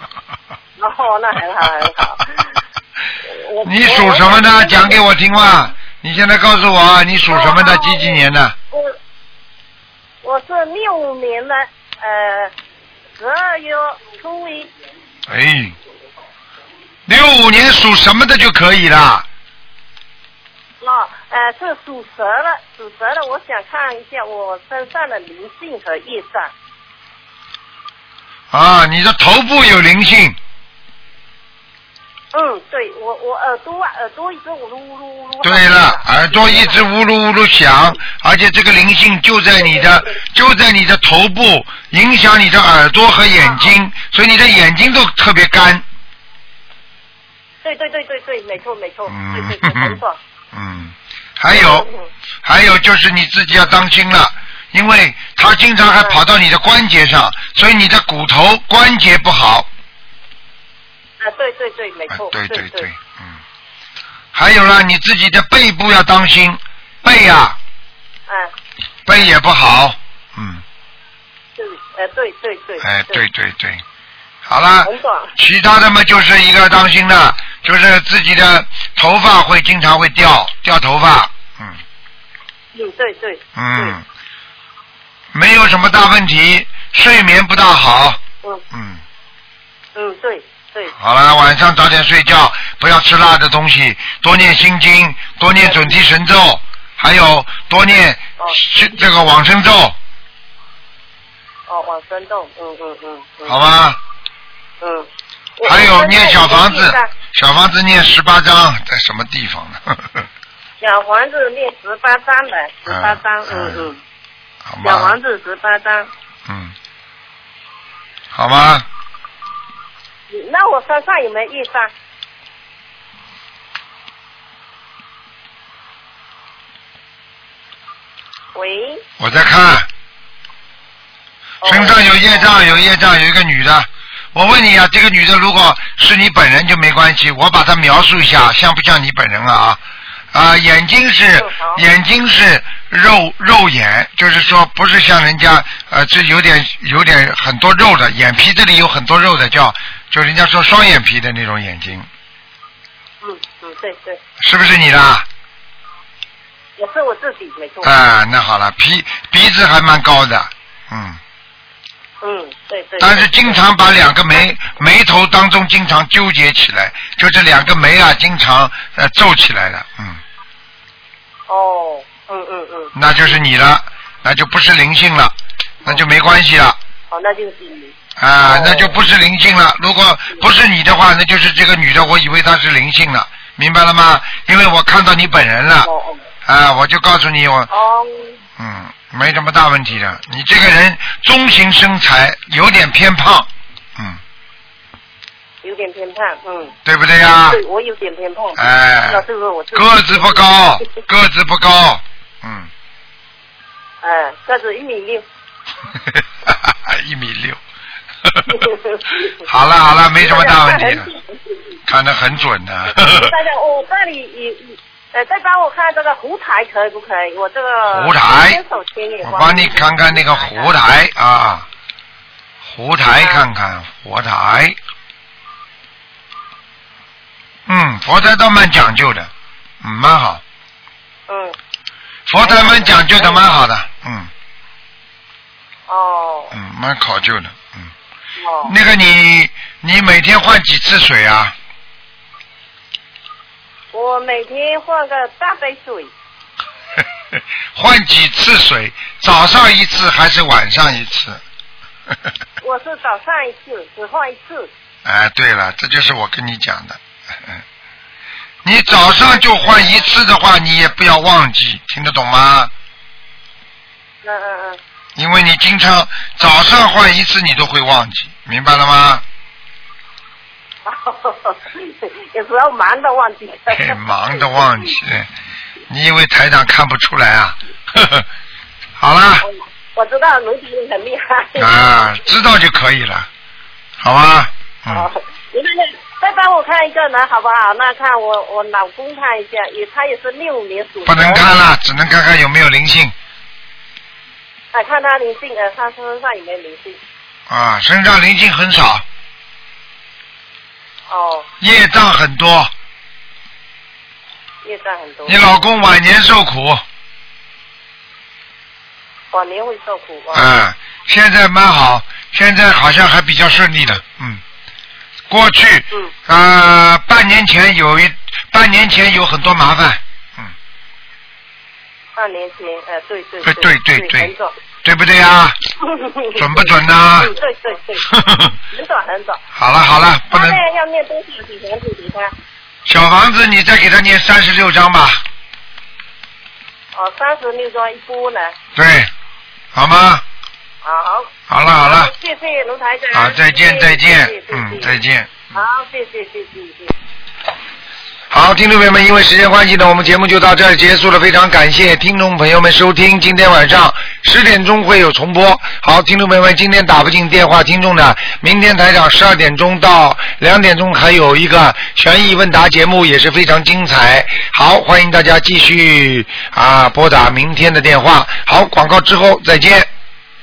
Speaker 17: 哦，那很好很 好。我
Speaker 1: 你属什么的？讲给我听吧。你现在告诉我，啊你属什么的？几几年的？
Speaker 17: 我我是六五年的，呃，十二月初一，
Speaker 1: 哎，六五年属什么的就可以了。
Speaker 17: 那呃是属蛇的，属蛇的，我想看一下我身上的灵性和业障。
Speaker 1: 啊，你的头部有灵性，
Speaker 17: 嗯，对我我耳朵啊耳朵一直呜噜呜噜呜噜。
Speaker 1: 对了，耳朵一直呜噜呜噜响，而且这个灵性就在你的就在你的头部，影响你的耳朵和眼睛，所以你的眼睛都特别干。
Speaker 17: 对对对对对，没错没错，
Speaker 1: 嗯
Speaker 17: 对对对， 没错。啊
Speaker 1: 嗯，还有还有就是你自己要当心了，因为它经常还跑到你的关节上，所以你的骨头关节不好。
Speaker 17: 啊，对对对，没错。
Speaker 1: 对
Speaker 17: 对
Speaker 1: 对，嗯。还有啦，你自己的背部要当心，背呀、
Speaker 17: 嗯，
Speaker 1: 背也不好。嗯，
Speaker 17: 对，呃，对对对。
Speaker 1: 哎，对对对，好啦
Speaker 17: 很爽，
Speaker 1: 其他的嘛就是一个当心的，就是自己的头发会经常会掉掉头发，
Speaker 17: 嗯，对对，
Speaker 1: 嗯，没有什么大问题，睡眠不大好，
Speaker 17: 嗯
Speaker 1: 嗯，
Speaker 17: 嗯，对对。
Speaker 1: 好了，晚上早点睡觉，不要吃辣的东西，多念心经，多念准提神咒，还有多念这这个往生咒，
Speaker 17: 哦，往生咒，嗯嗯嗯嗯。
Speaker 1: 好吗？
Speaker 17: 嗯。
Speaker 1: 还有念小房
Speaker 17: 我现
Speaker 1: 子
Speaker 17: 在已经，
Speaker 1: 小房子念十八章，在什么地方呢？
Speaker 17: 小房子念十八章的，十八章，嗯嗯，
Speaker 1: 好
Speaker 17: 小
Speaker 1: 吗？
Speaker 17: 房子十八章。
Speaker 1: 嗯，好吗？
Speaker 17: 那我身上有没有业障？喂，
Speaker 1: 我在看，身上有业障，有业障，有一个女的。我问你啊，这个女的如果是你本人就没关系，我把她描述一下，像不像你本人啊？啊，眼睛是眼睛是肉肉眼，就是说不是像人家呃，这有点有点很多肉的，眼皮这里有很多肉的，叫就人家说双眼皮的那种眼睛，
Speaker 17: 嗯嗯，对对，
Speaker 1: 是不是你的？
Speaker 17: 也是我自己，没错。
Speaker 1: 啊，那好了，鼻鼻子还蛮高的，嗯，
Speaker 17: 嗯，对对。
Speaker 1: 但是经常把两个眉眉头当中经常纠结起来，就这两个眉啊，经常呃皱起来了，嗯，
Speaker 17: 哦，嗯嗯嗯，
Speaker 1: 那就是你了，那就不是灵性了，那就没关系了。
Speaker 17: 好，那就是你。
Speaker 1: 啊，
Speaker 17: 哦
Speaker 1: 那就不是灵性了。如果不是你的话，那就是这个女的，我以为她是灵性了，明白了吗？因为我看到你本人了，啊，我就告诉你，我
Speaker 17: 哦，
Speaker 1: 嗯，没什么大问题的。你这个人中型身材，有点偏胖，嗯，
Speaker 17: 有点偏胖，嗯。
Speaker 1: 对不对呀
Speaker 17: 对，我有点偏胖。
Speaker 1: 哎
Speaker 17: 那是不是我自己？
Speaker 1: 个子不 高，个子不高，嗯，
Speaker 17: 哎，个子一米六。
Speaker 1: 一米六。 好了好了，没什么大问题了，看得很准的、
Speaker 17: 大家，我这里也也呃，再帮我看这个湖台可以不可以？我这个
Speaker 1: 湖台
Speaker 17: 千手千眼
Speaker 1: 我
Speaker 17: 光
Speaker 1: 帮你看看那个湖台啊，湖台看看佛台。嗯，佛台倒蛮讲究的，嗯，蛮好。
Speaker 17: 嗯，
Speaker 1: 佛台蛮讲究的，蛮好的，嗯
Speaker 17: 哦
Speaker 1: 嗯，蛮考究的。
Speaker 17: 哦，
Speaker 1: 那个你，你每天换几次水啊？
Speaker 17: 我每天换个大杯水，
Speaker 1: 换几次水？早上一次还是晚上一次？
Speaker 17: 我是早上一次，只换一次。
Speaker 1: 哎，对了，这就是我跟你讲的。 嗯你早上就换一次的话，你也不要忘记，听得懂吗？
Speaker 17: 嗯嗯嗯，
Speaker 1: 因为你经常早上换一次，你都会忘记，明白了吗？
Speaker 17: 呃 有时候忙到忘记了。
Speaker 1: 嘿忙的忘记，你以为台长看不出来啊？ 呵呵好啦，
Speaker 17: 我知道卢迪很厉害。
Speaker 1: 啊，知道就可以了，好吧？嗯，
Speaker 17: 你们再帮我看一个人好不好？那看我我老公看一下，也他也是六年属。
Speaker 1: 不能看了，只能看看有没有灵性
Speaker 17: 啊，看他灵性，呃，他身上有没有灵性？
Speaker 1: 啊，身上灵性很少，
Speaker 17: 哦，
Speaker 1: 业障很多。
Speaker 17: 业障很多。
Speaker 1: 你老公晚年受苦，
Speaker 17: 晚年会受苦哦吗？
Speaker 1: 嗯，现在蛮好，现在好像还比较顺利的，嗯。过去，呃，半年前有一半年前有很多麻烦，
Speaker 17: 半年前，呃，对对
Speaker 1: 呃
Speaker 17: 对
Speaker 1: 对对对
Speaker 17: 很早。
Speaker 1: 对不对 啊？准不准呐
Speaker 17: 嗯对对 对，很早很早。
Speaker 1: 好了好了，不
Speaker 17: 他
Speaker 1: 能
Speaker 17: 那要念多少几天子给他？
Speaker 1: 小房子，你再给他念三十六章吧，
Speaker 17: 哦，三十六张一波呢。
Speaker 1: 对，好吗？
Speaker 17: 好。
Speaker 1: 好了好了，
Speaker 17: 谢谢卢台长。
Speaker 1: 好，啊再见再见
Speaker 17: 谢谢，
Speaker 1: 嗯，再见。
Speaker 17: 好，谢谢谢谢谢谢。
Speaker 1: 好，听众朋友们，因为时间关系呢，我们节目就到这儿结束了。非常感谢听众朋友们收听，今天晚上十点钟会有重播。好，听众朋友们，今天打不进电话，听众呢，明天台长十二点钟到两点钟还有一个悬疑问答节目，也是非常精彩。好，欢迎大家继续啊拨打明天的电话。好，广告之后再见。